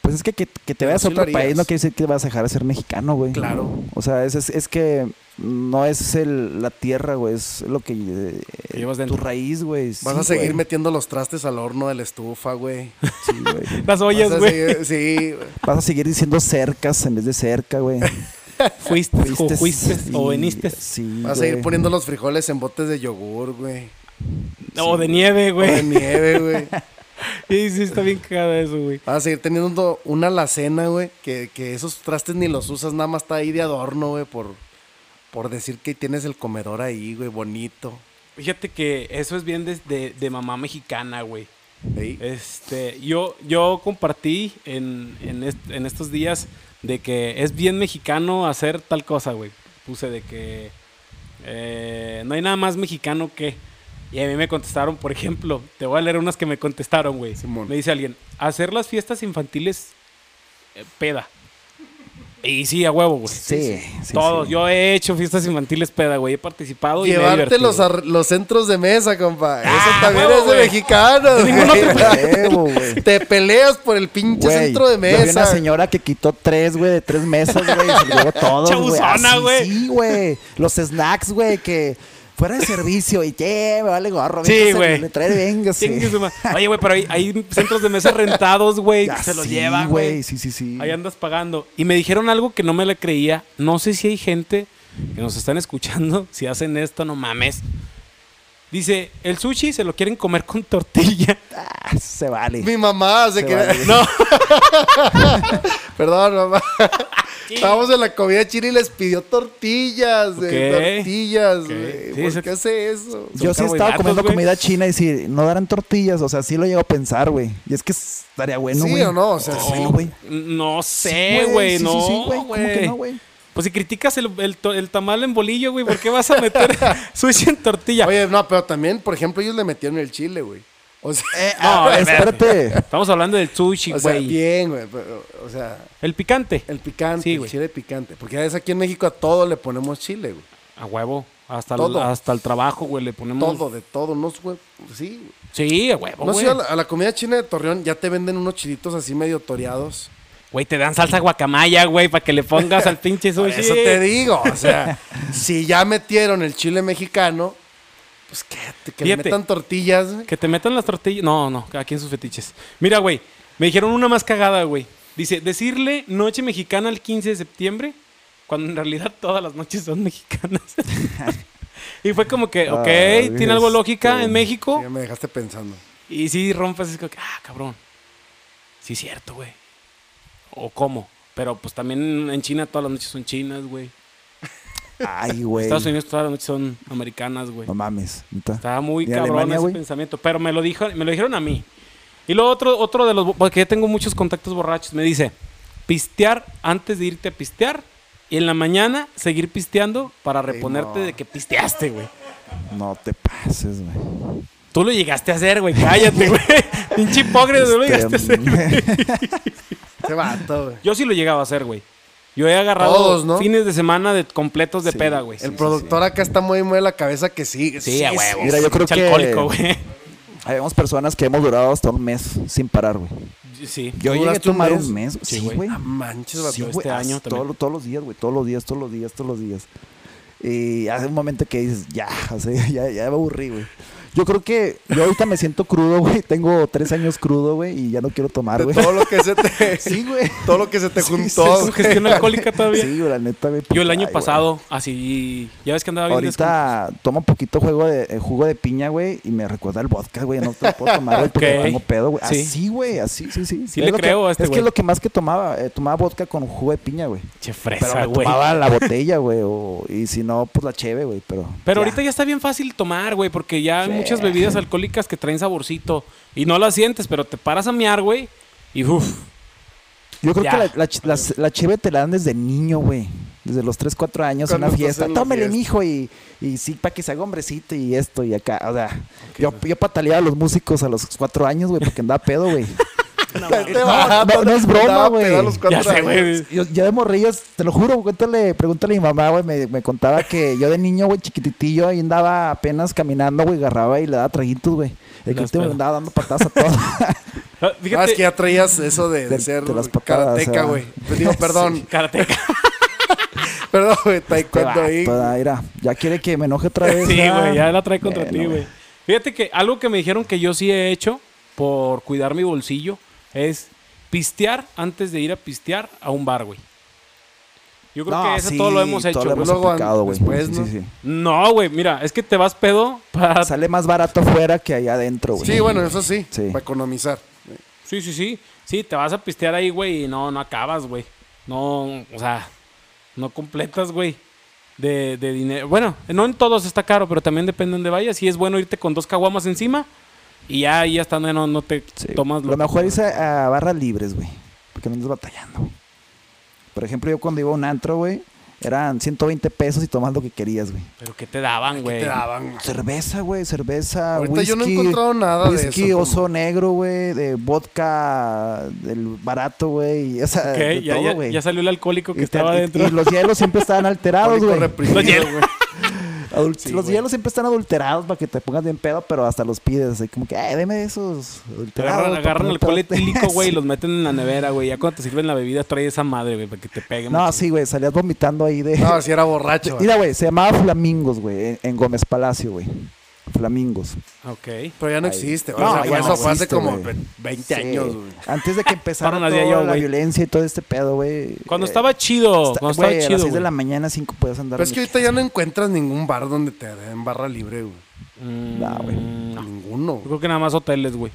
Pues es que que, que te Pero vayas sí a lo otro harías. país no quiere decir que vas a dejar de ser mexicano, güey. Claro. O sea, es, es, es que no es el, la tierra, güey, es lo que... eh, Que llevas tu dentro. raíz, güey. vas sí, a seguir güey. metiendo los trastes al horno de la estufa, güey. Sí, güey. Las ollas, Vas a güey. seguir- Sí, güey. Vas a seguir diciendo cercas en vez de cerca, güey. Fuiste, o fuiste, sí, o veniste. Sí, Vas a ir güey. poniendo los frijoles en botes de yogur, güey. o de nieve, O güey. de nieve, güey. Sí, sí, está bien cagado eso, güey. Vas a seguir teniendo una alacena, güey, que, que esos trastes ni los usas, nada más está ahí de adorno, güey, por, por decir que tienes el comedor ahí, güey, bonito. Fíjate que eso es bien de, de- de mamá mexicana, güey. Ey, Este, yo, yo compartí en, en, est- en estos días de que es bien mexicano hacer tal cosa, güey. Puse de que eh, no hay nada más mexicano que... Y a mí me contestaron, por ejemplo, te voy a leer unas que me contestaron, güey. Simón. Me dice alguien, hacer las fiestas infantiles eh, peda. Y sí, a huevo, güey. Sí, sí, Todos, sí. yo he hecho fiestas infantiles peda, güey. He participado y me he Llevarte divertido. los, ar- los centros de mesa, compa. Eso Ah, también huevo, es de güey. mexicanos, ningún güey. otro Huevo, güey. Te peleas por el pinche Güey, centro de yo vi una mesa. señora que quitó tres, güey, de tres mesas, güey, y se lo llevó todo, güey. Chabuzona, Así, güey. Sí, güey. Los snacks, güey, que fuera de servicio y que me vale gorro. Sí, véngase, güey. Le trae, venga, Chingue su ma- Oye, güey, pero hay, hay centros de mesa rentados, güey, que se los llevan, güey. Sí, sí, sí. Ahí andas pagando. Y me dijeron algo que no me la creía. No sé si hay gente que nos están escuchando, si hacen esto, no mames. Dice, el sushi se lo quieren comer con tortilla. Ah, se vale. Mi mamá se Se queda- vale. No. Perdón, mamá. Ah, Estábamos en la comida de Chile y les pidió tortillas, güey. Ok. Tortillas, Ok. güey. Sí, ¿Por se- qué hace eso? Yo sí Son estaba carbohidratos, comiendo güey. comida china y si no darán tortillas, o sea, sí lo llego a pensar, güey. Y es que estaría bueno, sí güey. o no, o sea, Sí, sí. güey. No sé, güey, sí, no, Sí, sí, güey. güey. ¿Cómo que no, güey? pues si criticas el, el to- el tamal en bolillo, güey, ¿por qué vas a meter sushi en tortilla? Oye, no, pero también, por ejemplo, ellos le metieron el chile, güey. O sea, No, a ver, Espérate. Estamos hablando del sushi, o sea, Eh, ah, güey. bien, güey. pero, O sea, El picante. el picante, Sí, el güey. chile picante. Porque a veces aquí en México a todo le ponemos chile, güey. A huevo. Hasta el, Todo. hasta el trabajo, güey, le ponemos. Todo, de todo. No, es, güey. Sí, güey. Sí, a huevo, No sé, Oh, güey. a la, a la comida china de Torreón ya te venden unos chilitos así medio toreados. Güey, te dan salsa guacamaya, güey, para que le pongas al pinche Por sushi. eso te digo, o sea, si ya metieron el chile mexicano, pues que, te- que le Fíjate. metan tortillas. güey. Que te metan las tortillas. No, no, cada quien sus fetiches. Mira, güey, me dijeron una más cagada, güey. Dice, decirle noche mexicana el 15 de septiembre, cuando en realidad todas las noches son mexicanas. y fue como que, ok, Ah, tiene algo lógica este, en México. Sí, ya me dejaste pensando. Y si rompes, es como que, ah, cabrón. Sí, es cierto, güey. O cómo. Pero pues también en China todas las noches son chinas, güey. Ay, güey. Estados Unidos todas las noches son americanas, güey. No mames. neta. Estaba muy ¿Y cabrón Alemania, ese güey? pensamiento. Pero me lo, dijo, me lo dijeron a mí. Y luego otro, otro de los... bo- Porque yo tengo muchos contactos borrachos. Me dice, pistear antes de irte a pistear. Y en la mañana seguir pisteando para reponerte no. de que pisteaste, güey. No te pases, güey. Tú lo llegaste a hacer, güey. Cállate, güey. Pinche hipócrita, tú lo llegaste a hacer. Este, Este vato, güey. Yo sí lo llegaba a hacer, güey. Yo he agarrado Todos, ¿no? fines de semana de completos de peda, güey. El productor acá está muy muy de la cabeza que sí. Sí, a huevo. Mira, yo creo Pinche que- alcohólico, güey. Habemos personas que hemos durado hasta un mes sin parar, güey. Sí. Yo llegué ¿Tú a duraste un tomar mes? un mes. Sí, Sí, güey. güey. Ah, manches, vato. Sí, Yo güey, este año as- también. todo- todos los días, güey. Todos los días, todos los días, todos los días. Y hace un momento que dices, ya, o sea, ya, ya me aburrí, güey. Yo creo que yo ahorita me siento crudo, güey. Tengo tres años crudo, güey, y ya no quiero tomar, De güey. todo lo que se te Sí, güey. todo lo que se te Es juntó. una gestión alcohólica todavía. Sí, güey, la neta, güey. Yo el año Ay, pasado, así, ya ves que andaba güey. bien Ahorita tomo un poquito jugo de, eh, jugo de piña, güey, y me recuerda el vodka, güey. No te lo puedo tomar, güey, porque Ok. tengo pedo, güey. Sí. Así, güey, así, sí, sí. Sí le lo que- creo a este Es que güey. es lo que más que tomaba. eh, tomaba vodka con jugo de piña, güey. descom- Che, Pero fresa, me güey. tomaba la botella, güey. o- Y si no, pues la cheve, güey. Pero, Pero ahorita ya está bien fácil tomar, güey, porque ya hay muchas bebidas alcohólicas que traen saborcito y no las sientes, pero te paras a mear, güey, y uff. Yo creo ya. que la, la ch- las- la cheve te la dan desde niño, güey. Desde los 3, 4 años en una Cuando estás fiesta. en la Tómele, fiesta. mijo. Y, y sí, para que se haga hombrecito y esto y acá. O sea, yo, yo pataleaba a los músicos a los 4 años, güey, porque andaba pedo, güey. Este no, vato no, no es broma, andaba güey. pedo a los cuatro Ya sé, años. güey. Yo, ya de morrillos, te lo juro, cuéntale, pregúntale a mi mamá, güey, me, me contaba que yo de niño, güey, chiquititillo, ahí andaba apenas caminando, güey, agarraba y le daba traguitos, güey. Las El que último le pedas. andaba dando patadas a todos. Este Ah, Ah, es Fíjate, que ya traías eso de, de De- ser de las patadas, karateca, ah. güey. Pues digo, perdón, karateka. perdón, güey, taekwondo ahí. Este vato, da, mira, ya quiere que me enoje otra vez. Sí, ¿verdad? güey, ya la trae contra Bueno, ti, güey. Fíjate que algo que me dijeron que yo sí he hecho por cuidar mi bolsillo es pistear antes de ir a pistear a un bar, güey. Yo creo No, que eso sí, todo lo hemos hecho. Todo lo güey. hemos Luego, aplicado, güey. después, ¿no? No, güey, mira, es que te vas pedo para... Sale más barato afuera que allá adentro, güey. Sí, bueno, eso sí, Sí. para economizar. Sí, sí, sí. Sí, te vas a pistear ahí, güey, y no, no acabas, güey. No, o sea, no completas, güey. De, de dinero. Bueno, no en todos está caro, pero también depende de dónde vayas. Y es bueno irte con dos caguamas encima y ya, ya está, no, no te Sí. tomas Lo mejor es a, a barras libres, güey. Porque no andas batallando, güey. Por ejemplo, yo cuando iba a un antro, güey, eran 120 pesos y tomas lo que querías, güey. Pero que te daban, güey. Te daban. Cerveza, güey, cerveza, Ahorita whisky. yo no he encontrado nada de Whisky eso, oso negro, güey, de vodka, del barato, güey. O sea, Ok, de ya, todo, ya- güey. Este ya salió el alcohólico que Y te- estaba y- dentro. Y los hielos siempre estaban alterados, Alcohólico güey. reprimido, Los hielos. güey. Adul- los güey. hielos siempre están adulterados para que te pongas bien pedo, pero hasta los pides. Así como que, ay, deme de esos Te adulterados. agarran, para agarran poner alcohol pedote". etílico, güey, y Sí. los meten en la nevera, güey. Ya cuando te sirven la bebida, trae esa madre, güey, para que te peguen. No, sí, güey, salías vomitando ahí de. No, si era borracho. güey. Mira, güey, se llamaba Flamingos, güey, en, en Gómez Palacio, güey. Flamingos. Ok. Pero ya no existe, güey. No, o sea, ya güey, no eso fue hace existe, como güey. 20 Sí. años, güey. Antes de que empezara Fueron las toda de yo, la güey. violencia y todo este pedo, güey. Cuando eh, estaba chido, esta- cuando estaba güey, a chido. las 6 de güey. la mañana, 5 puedes andar. Pero es en Pues que el- ahorita ya no encuentras ningún bar donde te den barra libre, güey. Mm, Nah, güey. no. Ninguno. Yo güey. creo que nada más hoteles, güey.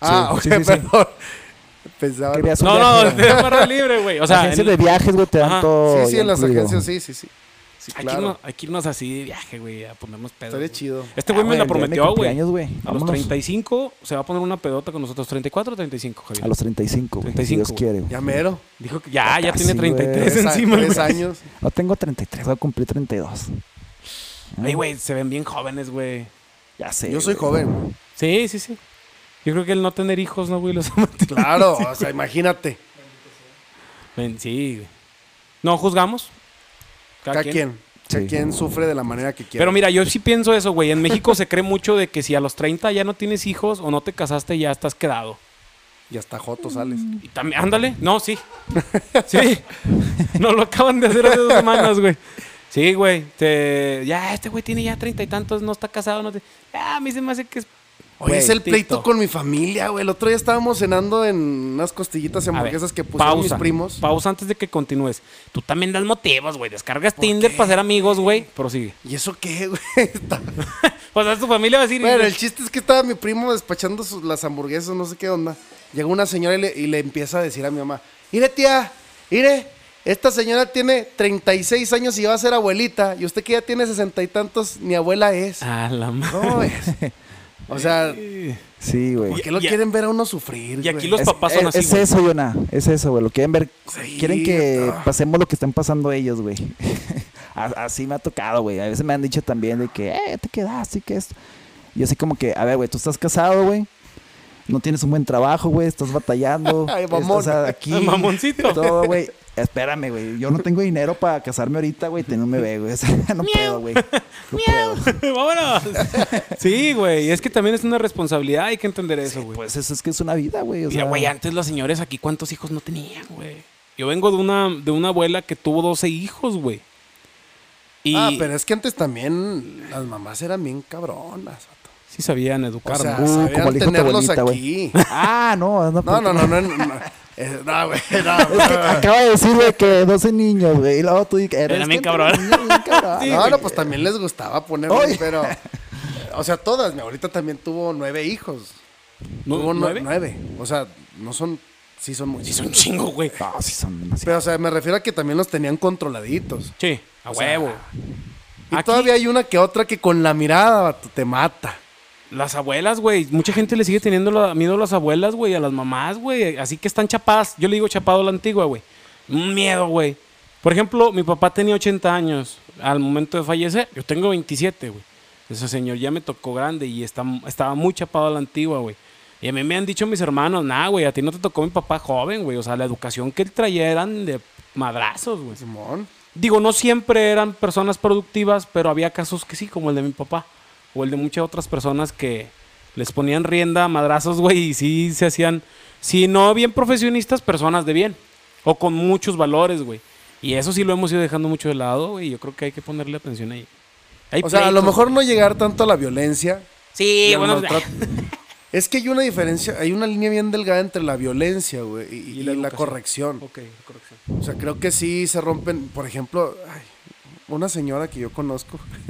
ah, ok, sí, sí, sí. perdón. Pensaba. que veas un No, viaje, no, güey. de barra libre, güey. O sea, agencias en- de viajes, güey, te dan Ajá. todo. Sí, sí, ya en las incluido. agencias, sí, sí, sí. Sí, hay, que irnos, claro. hay que irnos así de viaje, güey, a ponernos pedos. Estaría güey. chido. Este güey Ah, me la el día de mi prometió, güey. cumpleaños, güey. A los Vámonos. 35 se va a poner una pedota con nosotros. ¿34 o 35, Javier? A los 35, güey. Si 35, Dios güey. quiere, güey. Ya mero. Dijo que ya, ya Casi, tiene 33 Tres, a- encima, tres güey. años. No tengo 33, voy a cumplir 32. Ay, güey, se ven bien jóvenes, güey. Ya sé. Yo soy güey. joven. güey. Sí, sí, sí. Yo creo que el no tener hijos, ¿no, güey? Los ha mantenido. Claro, o sea, imagínate. Ven, Sí, güey. No juzgamos. Cada, quien. Cada Sí. quien sufre de la manera que quiere. Pero mira, yo sí pienso eso, güey. En México se cree mucho de que si a los 30 ya no tienes hijos o no te casaste, ya estás quedado. Y hasta Joto sales. Mm. Y también, ándale. No, sí. Sí. No lo acaban de hacer hace dos semanas, güey. Sí, güey. Te- Ya, este güey tiene ya treinta y tantos, no está casado, no te... Ah, a mí se me hace que es... Oye, Güey, es el pleito Tito. con mi familia, güey. El otro día estábamos cenando en unas costillitas y A ver, hamburguesas que pusieron mis primos. Pausa antes de que continúes. Tú también das motivos, güey. Descargas Tinder para ser amigos, güey. Prosigue. ¿Y eso qué, güey? Está- O sea, tu familia va a decir... "Ah, Bueno, el chiste es que estaba mi primo despachando sus- las hamburguesas, no sé qué onda. Llegó una señora y le, y le empieza a decir a mi mamá, mire tía, mire, esta señora tiene 36 años y va a ser abuelita, y usted que ya tiene sesenta y tantos, ni abuela es. Ah, la madre. No es. O sea, Sí, güey. ¿por qué lo Y- y- quieren ver a uno sufrir? y aquí güey? los Es- papás son es, así, es güey. eso, Yona. Es eso, güey. Lo quieren ver. Sí, quieren que ah. pasemos lo que están pasando ellos, güey. A- así me ha tocado, güey. A veces me han dicho también de que, eh, te quedaste y que esto. Y así como que, a ver, güey, tú estás casado, güey. no tienes un buen trabajo, güey, estás batallando. Ay, mamón. Estás aquí. Mamoncito. Todo, güey. Espérame, güey. Yo no tengo dinero para casarme ahorita, güey, tener un bebé, güey. O sea, no puedo, güey. No puedo. Vámonos. Sí, güey. Es que también es una responsabilidad. Hay que entender eso, güey. Pues eso es que es una vida, güey. O Mira, sea, güey, antes los señores aquí, ¿cuántos hijos no tenían, güey? Yo vengo de una, de una abuela que tuvo 12 hijos, güey. Y Ah, pero es que antes también las mamás eran bien cabronas. vato. sí sabían educar, O sea, ¿no? Uh, sabían como le dijo tu tenerlos abuelita, güey. aquí. Ah, no, no, No, no, no, no. No, no. Eh, no, güey, no, Es que güey. acaba de decir, güey, que 12 niños, güey. Y luego tú dices, eres Era bien contra cabrón. los niños, bien cabrón. Sí, No, güey. no, pues también les gustaba poner, Ay. pero... O sea, todas. Mi abuelita también tuvo nueve hijos. ¿Nu- Tuvo nue- nueve? nueve. O sea, no son... Sí son muchos. Sí, son chingo, güey. No, sí son demasiado. Pero, o sea, me refiero a que también los tenían controladitos. Sí, a O sea, huevo. Y Aquí- todavía hay una que otra que con la mirada vato, te mata. Las abuelas, güey. Mucha gente le sigue teniendo la- miedo a las abuelas, güey, a las mamás, güey. Así que están chapadas. Yo le digo chapado a la antigua, güey. Un miedo, güey. Por ejemplo, mi papá tenía 80 años al momento de fallecer. Yo tengo 27, güey. Ese señor ya me tocó grande y está, estaba muy chapado a la antigua, güey. Y a mí me han dicho mis hermanos, nah, güey, a ti no te tocó mi papá joven, güey. O sea, la educación que él traía eran de madrazos, güey. Simón. Digo, no siempre eran personas productivas, pero había casos que sí, como el de mi papá o el de muchas otras personas que les ponían rienda, madrazos, güey, y sí se hacían, si no bien profesionistas, personas de bien o con muchos valores, güey. Y eso sí lo hemos ido dejando mucho de lado, güey. Yo creo que hay que ponerle atención ahí. Hay O sea, a lo pleitos. mejor no llegar tanto a la violencia. Sí, y al bueno, maltrato. Es que hay una diferencia, hay una línea bien delgada entre la violencia, güey, y, y la, educación. corrección. Ok, corrección. O sea, creo que sí se rompen, por ejemplo, ay, una señora que yo conozco.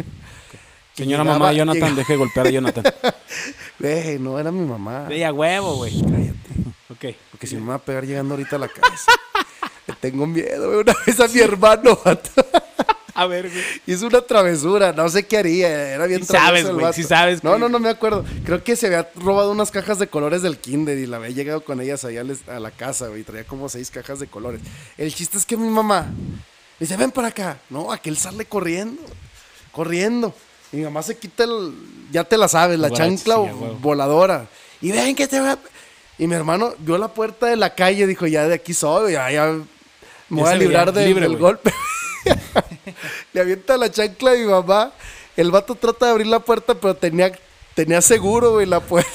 que Señora llegaba- mamá, de Jonathan, llegaba- deje de golpear a Jonathan. Güey, no era mi mamá. Ella huevo, güey. Cállate. Ok. Porque si no me va a pegar llegando ahorita a la casa. Le tengo miedo, güey. Una vez a mi hermano, vato, A ver, güey. Hizo una travesura, no sé qué haría, era bien Sí travieso sabes, el güey, vato. sí sabes, No, güey. no, no me acuerdo. Creo que se había robado unas cajas de colores del kinder y la había llegado con ellas allá al- a la casa, güey, y traía como seis cajas de colores. El chiste es que mi mamá me dice, ven para acá. No, aquel sale corriendo, corriendo. Y mi mamá se quita el, ya te la sabes, la Guarache, chancla sí, o- a huevo. voladora. Y ven que te va... Y mi hermano vio la puerta de la calle, dijo, ya de aquí soy, ya, ya me Ya voy a se veía librar de- libre, del güey. golpe. Le avienta la chancla a mi mamá. El vato trata de abrir la puerta, pero tenía, tenía seguro, güey, la puerta.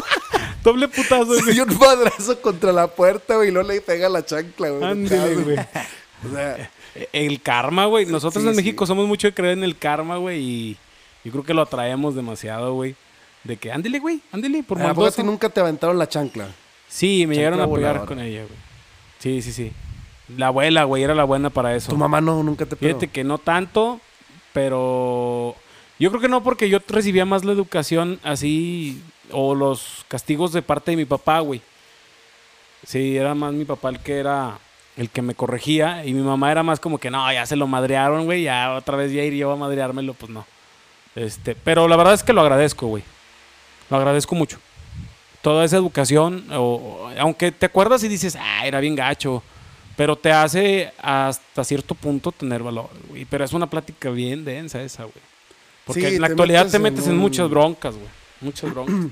Doble putazo, güey. Y un madrazo contra la puerta, güey, y no le pega la chancla, güey. Ándele, güey. O sea, El karma, güey. Nosotros Sí, en sí. México somos mucho de creer en el karma, güey. Y yo creo que lo atraemos demasiado, güey. De que, ándele, güey, ándele, por ¿a poco a maldoso. ti nunca te aventaron la chancla? Sí, me llegaron a Chancla apoyar voladora. con ella, güey. Sí, sí, sí. La abuela, güey, era la buena para eso. Tu mamá no, nunca te pegó. Fíjate que no tanto, pero yo creo que no porque yo recibía más la educación así o los castigos de parte de mi papá, güey. Sí, era más mi papá el que era el que me corregía y mi mamá era más como que no, ya se lo madrearon, güey, ya otra vez ya iría yo a madreármelo, pues no. Este, pero la verdad es que lo agradezco, güey. Lo agradezco mucho. Toda esa educación, o- o- aunque te acuerdas y dices, ah, era bien gacho, pero te hace hasta cierto punto tener valor, güey. Pero es una plática bien densa esa, güey. Porque Sí, en la te actualidad metes te en metes en, un- muchas broncas, güey. Muchas broncas.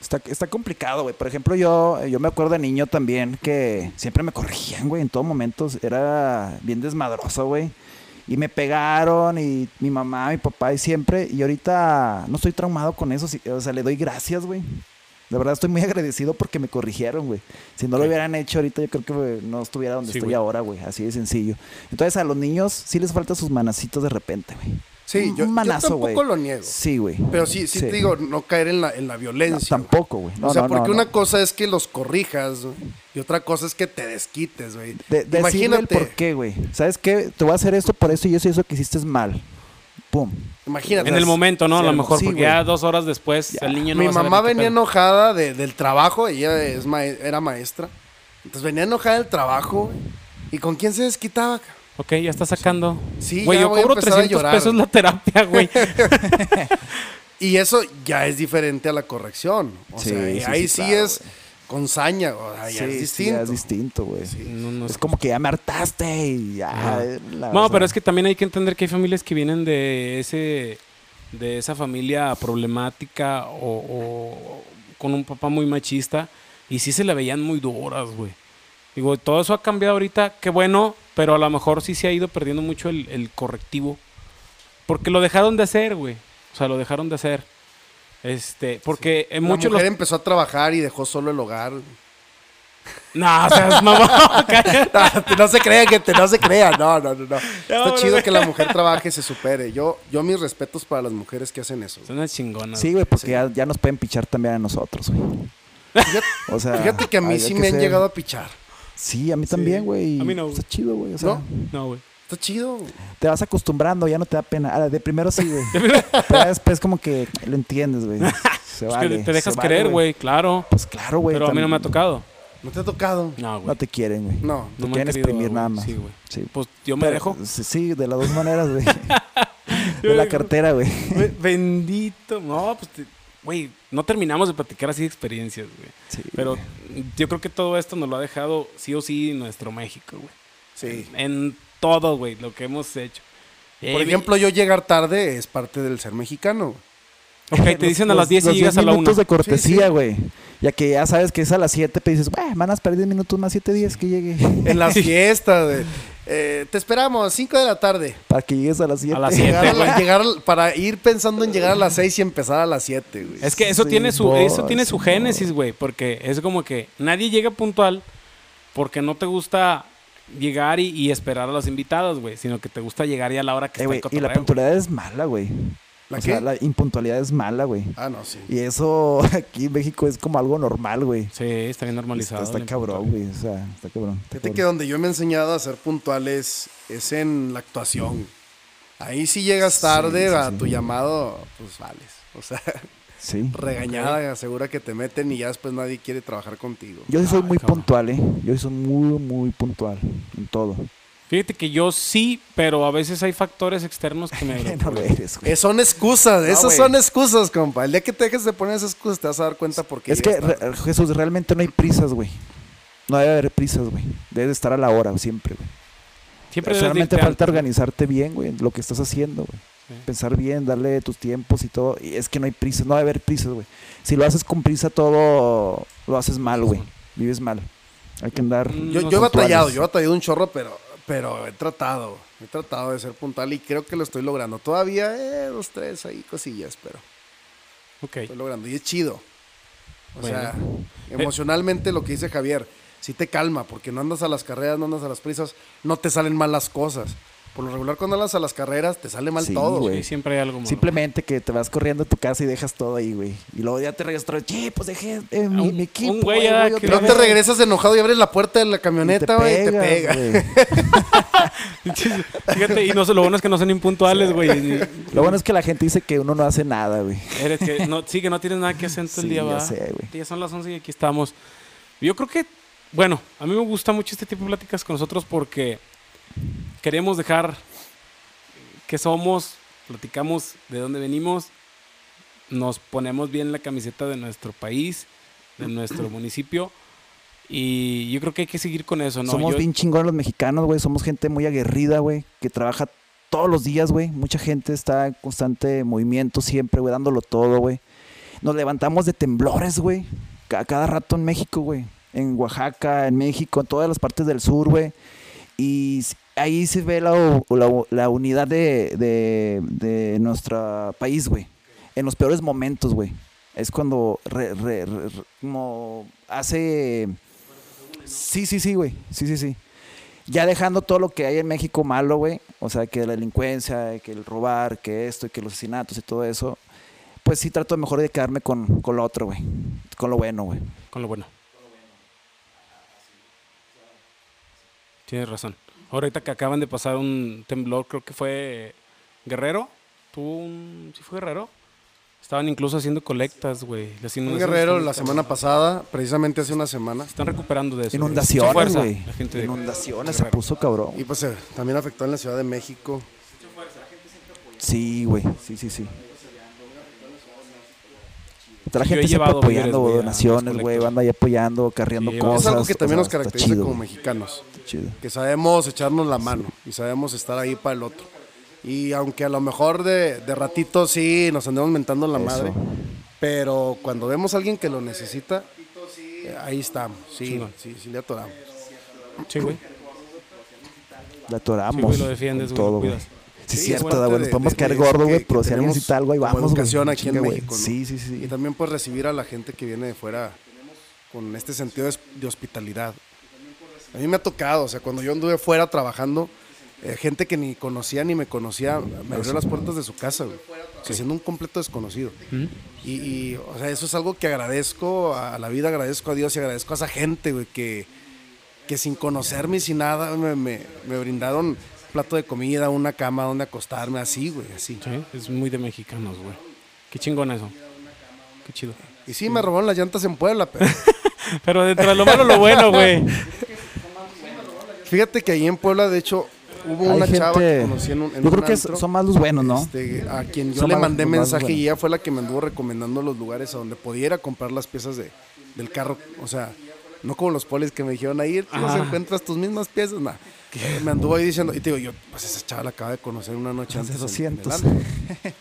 Está, está complicado, güey. Por ejemplo, yo, yo me acuerdo de niño también que siempre me corregían, güey, en todo momento. Era bien desmadroso, güey. Y me pegaron y mi mamá, mi papá y siempre. Y ahorita no estoy traumado con eso. sí, O sea, le doy gracias, güey. La verdad estoy muy agradecido porque me corrigieron, güey. Si no lo hubieran hecho ahorita, yo creo que güey, no estuviera donde Sí, estoy güey. ahora, güey. Así de sencillo. Entonces a los niños sí les falta sus manacitos de repente, güey. Sí, Un yo, yo manazo, tampoco güey. lo niego. Sí, güey. Pero sí, sí, te digo, no caer en la, en la No, violencia. güey. tampoco, güey. No, o sea, no, no, porque no. una cosa es que los corrijas güey, y otra cosa es que te desquites, güey. De, decirle el por qué, güey. ¿Sabes qué? Te voy a hacer esto por esto y eso y eso que hiciste es mal. Pum. imagínate. en el momento, ¿no? A lo mejor, sí, porque güey. ya dos horas después el niño no Mi va a saber ni mamá qué venía pedo. enojada de- del trabajo, ella es ma- era maestra. Entonces venía enojada del trabajo, güey. ¿Y con quién se desquitaba? ca? Ok, ya está sacando. Sí, güey, ya yo voy a cobro empezar a 300 llorar. pesos la terapia, güey. Y eso ya es diferente a la corrección. O Sí, sea, sí, ahí sí, sí, claro, es con saña, o Ah, sea, ya Sí, es sí, ya distinto. es distinto, güey. no, no Es es como que ya me hartaste y ya. Ajá. Ah, la- No, o sea, pero es que también hay que entender que hay familias que vienen de ese de esa familia problemática o, o con un papá muy machista y sí se le veían muy duras, güey. Digo, todo eso ha cambiado ahorita, qué bueno, pero a lo mejor sí se ha ido perdiendo mucho el, el correctivo. Porque lo dejaron de hacer, güey. O sea, lo dejaron de hacer. Este, porque en La muchos mujer los- empezó a trabajar y dejó solo el hogar. No, o sea, es mamón, cállate. No, no se crean, gente, no se crean. No, no, no, no. Está bueno, chido güey. que la mujer trabaje y se supere. Yo, yo mis respetos para las mujeres que hacen eso. Son unas chingonas. Sí, güey, pues porque ya, ya nos pueden pichar también a nosotros, güey. Fíjate, O sea, fíjate que a mí había sí que me han ser- llegado a pichar. Sí, a mí también, güey. A mí no, güey. Está chido, güey. O sea, ¿No? No, güey. Está chido. te vas acostumbrando, ya no te da pena. Ah, de primero sí, güey. Pero ya después como que lo entiendes, güey. Se Pues que vale, te dejas se vale, querer, güey, claro. Pues claro, güey. pero a mí no me ha también. tocado. ¿No te ha tocado? No, güey. No te quieren, güey. No. Te No me han quieren querido, exprimir güey. nada más. Sí, güey. Sí. Pues yo me Pero- dejo. Sí, sí, de las dos maneras, güey. de la cartera, güey. Güey, Bendito. No, pues, te- güey, no terminamos de platicar así de experiencias, güey. Sí, Pero yo creo que todo esto nos lo ha dejado sí o sí nuestro México, güey. Sí. En todo, güey, lo que hemos hecho. Eh, Por ejemplo, yo llegar tarde es parte del ser mexicano. Ok, te dicen a Los- las 10 y los llegas a la 1. minutos de cortesía, güey. Ya que ya sabes que es a las 7, pero dices, güey, van a esperar 10 minutos más, 7 días que llegue. En las fiestas. de, eh, te esperamos, 5 de la tarde. Para que llegues a las 7. A las Llegar a siete, la- güey. llegar al- para ir pensando en llegar a las 6 y empezar a las 7, güey. Es que eso Sí, tiene su, boy, eso tiene su sí, génesis, güey, porque es como que nadie llega puntual porque no te gusta llegar y, y esperar a los invitados, güey, sino que te gusta llegar ya a la hora que Eh, está güey, el y la cotorreo, puntualidad es mala, güey. ¿La o qué? sea, la impuntualidad es mala, güey. Ah, no, sí. Y eso aquí en México es como algo normal, güey. güey. Sí, está bien normalizado. Está, está la cabrón, güey. O sea, está cabrón. está Fíjate cabrón. que donde yo me he enseñado a ser puntual es, es en la actuación. Ahí si llegas tarde sí, a sí. tu llamado, pues vales. O sea, Sí. regañada, asegura que te meten y ya después nadie quiere trabajar contigo. Yo sí soy Ay, muy Ah, cabrón. puntual, ¿eh? Yo sí soy muy, muy puntual en todo. Fíjate que yo sí, pero a veces hay factores externos que me... Que no lo eres, güey. Eh, son excusas, esas güey. son excusas, compa. El día que te dejes de poner esas excusas te vas a dar cuenta porque Es que, re- Jesús, realmente no hay prisas, güey. No debe haber prisas, güey. Debes de estar a la hora siempre, güey. Siempre debes de Solamente irte falta antes, ¿no? organizarte bien, güey, en lo que estás haciendo, güey. Sí. Pensar bien, darle tus tiempos y todo. Y es que no hay prisa, no debe haber prisas, güey. Si lo haces con prisa, todo lo haces mal, güey. Vives mal. Hay que andar. Mm, Yo, no yo son he batallado, puntuales. yo he batallado un chorro, pero, pero he tratado. He tratado de ser puntual y creo que lo estoy logrando. Todavía, eh, dos, tres ahí cosillas, pero Ok. estoy logrando. Y es chido. O Bueno. sea, emocionalmente lo que dice Javier, si te calma, porque no andas a las carreras, no andas a las prisas, no te salen mal las cosas. Por lo regular, cuando andas a las carreras, te sale mal Sí, todo. güey. Sí, siempre hay algo malo. Simplemente que te vas corriendo a tu casa y dejas todo ahí, güey. Y luego ya te registras. Che, pues dejé eh, mi, un- mi equipo. un güey ahí ya voy que- otra No te vez". regresas enojado y abres la puerta de la Y camioneta, güey, y te pega. pegas, güey. Fíjate, y no, lo bueno es que no son impuntuales, güey. y- Lo bueno es que la gente dice que uno no hace nada, güey. Eres que no, sí, que no tienes nada que hacer en todo el Sí, día, ya ¿verdad? sé, güey. Ya son las 11 y aquí estamos. Yo creo que, bueno, a mí me gusta mucho este tipo de pláticas con nosotros porque queremos dejar que somos, platicamos de dónde venimos, nos ponemos bien la camiseta de nuestro país, de nuestro municipio. Y yo creo que hay que seguir con eso, ¿no? Somos Yo- bien chingones los mexicanos, güey. Somos gente muy aguerrida, güey. Que trabaja todos los días, güey. Mucha gente está en constante movimiento siempre, güey. Dándolo todo, güey. Nos levantamos de temblores, güey. ca- Cada, rato en México, güey. En Oaxaca, en México, en todas las partes del sur, güey. Y s- ahí se ve la, u- la u- la unidad de, de- de nuestro país, güey. En los peores momentos, güey. Es cuando re- re- re- re- como hace... Sí, sí, sí, güey. Sí, sí, sí. Ya dejando todo lo que hay en México malo, güey. O sea, que la delincuencia, que el robar, que esto, y que los asesinatos y todo eso. Pues sí trato mejor de quedarme con, con lo otro, güey. Con lo bueno, güey. Con lo bueno. Tienes razón. Ahorita que acaban de pasar un temblor, creo que fue Guerrero. Tuvo un. ¿Sí fue Guerrero? Estaban incluso haciendo colectas, güey. Las Un inundaciones guerrero están- la semana pasada, precisamente hace una semana. Están recuperando de eso. güey. Mucha Inundaciones, fuerza, güey. la gente de- Inundaciones, se puso cabrón. Y pues eh, también afectó en la Ciudad de México. Sí, güey. Sí, sí, sí. Yo La gente he siempre llevado víveres, apoyando güey, a donaciones, los güey. colectores. Banda ahí apoyando, carriendo Sí, güey. cosas. es algo que también o nos sea, está caracteriza chido, como güey, mexicanos, está chido. que sabemos echarnos la mano y sabemos estar ahí para el otro. Y aunque a lo mejor de, de ratito sí nos andemos mentando la Eso. madre, Pero cuando vemos a alguien que lo necesita, eh, ahí estamos. Sí, Chingón. sí, sí, le atoramos. Sí, güey. La Sí, atoramos. güey, lo defiendes, güey. con todo, lo güey. cuidas. Sí, es Sí, cierto, es parte da, güey. de- Nos podemos de- caer de- gordo, güey, que- pero que si alguien tenemos necesita algo, ahí como vamos. güey. educación aquí en Chinga, güey. México, ¿no? Sí, sí, sí. Y también por recibir a la gente que viene de fuera con este sentido de, de hospitalidad. A mí me ha tocado, o sea, cuando yo anduve fuera trabajando, eh, gente que ni conocía ni me conocía me abrió las puertas de su casa, güey. O sea, siendo un completo desconocido. Y, y, o sea, eso es algo que agradezco a la vida, agradezco a Dios y agradezco a esa gente, güey, que, que sin conocerme y sin nada me, me- me brindaron plato de comida, una cama donde acostarme, así, güey, así. Sí, es muy de mexicanos, güey. Qué chingón eso. Qué chido. Y sí, me robaron las llantas en Puebla, pero Pero dentro de lo malo, lo bueno, güey. fíjate que ahí en Puebla, de hecho, hubo Hay una chava que gente- conocí en un yo en un creo que antro, son más los buenos, ¿no? este, a quien yo son le más- mandé más mensaje buenos. y ella fue la que me anduvo recomendando los lugares a donde pudiera comprar las piezas de, del carro. O sea, no como los polis que me dijeron ahí, tú no encuentras tus mismas piezas, nah. Eh, Me anduvo ahí diciendo, y te digo, yo, pues esa chava la acaba de conocer una noche Hace antes. en- 200. en el antro.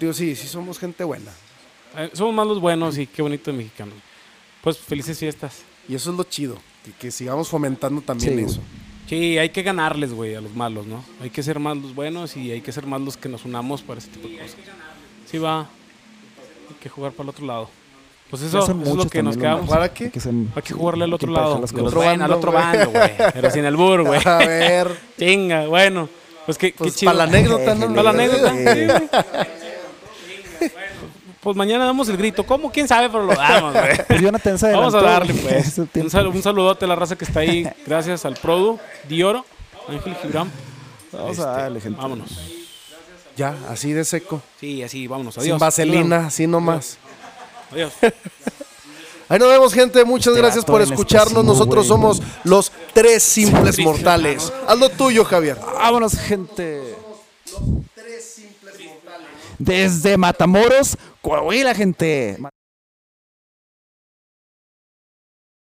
Digo, sí, sí somos gente buena. Eh, Somos más los buenos y qué bonito de mexicanos. Pues felices fiestas. Y eso es lo chido, que, que sigamos fomentando Sí, también güey. eso. Sí, hay que ganarles, güey, a los malos, ¿no? Hay que ser más los buenos y hay que ser más los que nos unamos para ese tipo de cosas. Sí, va. Hay que jugar para el otro lado. Pues eso, Ya eso son es lo muchos que nos también, los quedamos. ¿Para qué? Que se- Hay que jugarle al otro que emparejar lado. las de los cosas. buenos, al otro bando, güey. Pero sin el burro, güey. A ver. Chinga, bueno. Pues qué, qué Pues chido. para la anécdota, ¿no? Para la anécdota. Sí. sí, güey. Pues mañana damos el grito. ¿Cómo? ¿Quién sabe? Pero lo damos, güey. Pues Jonathan se Vamos a adelantó, darle, güey, pues. ese Un, tiempo. sal- un saludote a la raza que está ahí. Gracias al Produ, Dioro, Ángel Gibram. Vamos a darle, gente. Este, Vámonos. Ya, así de seco. Sí, así, vámonos. Adiós. Sin vaselina, así nomás. Adiós. Ahí nos vemos, gente. Muchas Este gracias vato por en escucharnos. espacino, Nosotros güey. somos los tres simples mortales. Haz lo tuyo, Javier. Vámonos, gente. Desde Matamoros, Coahuila, gente.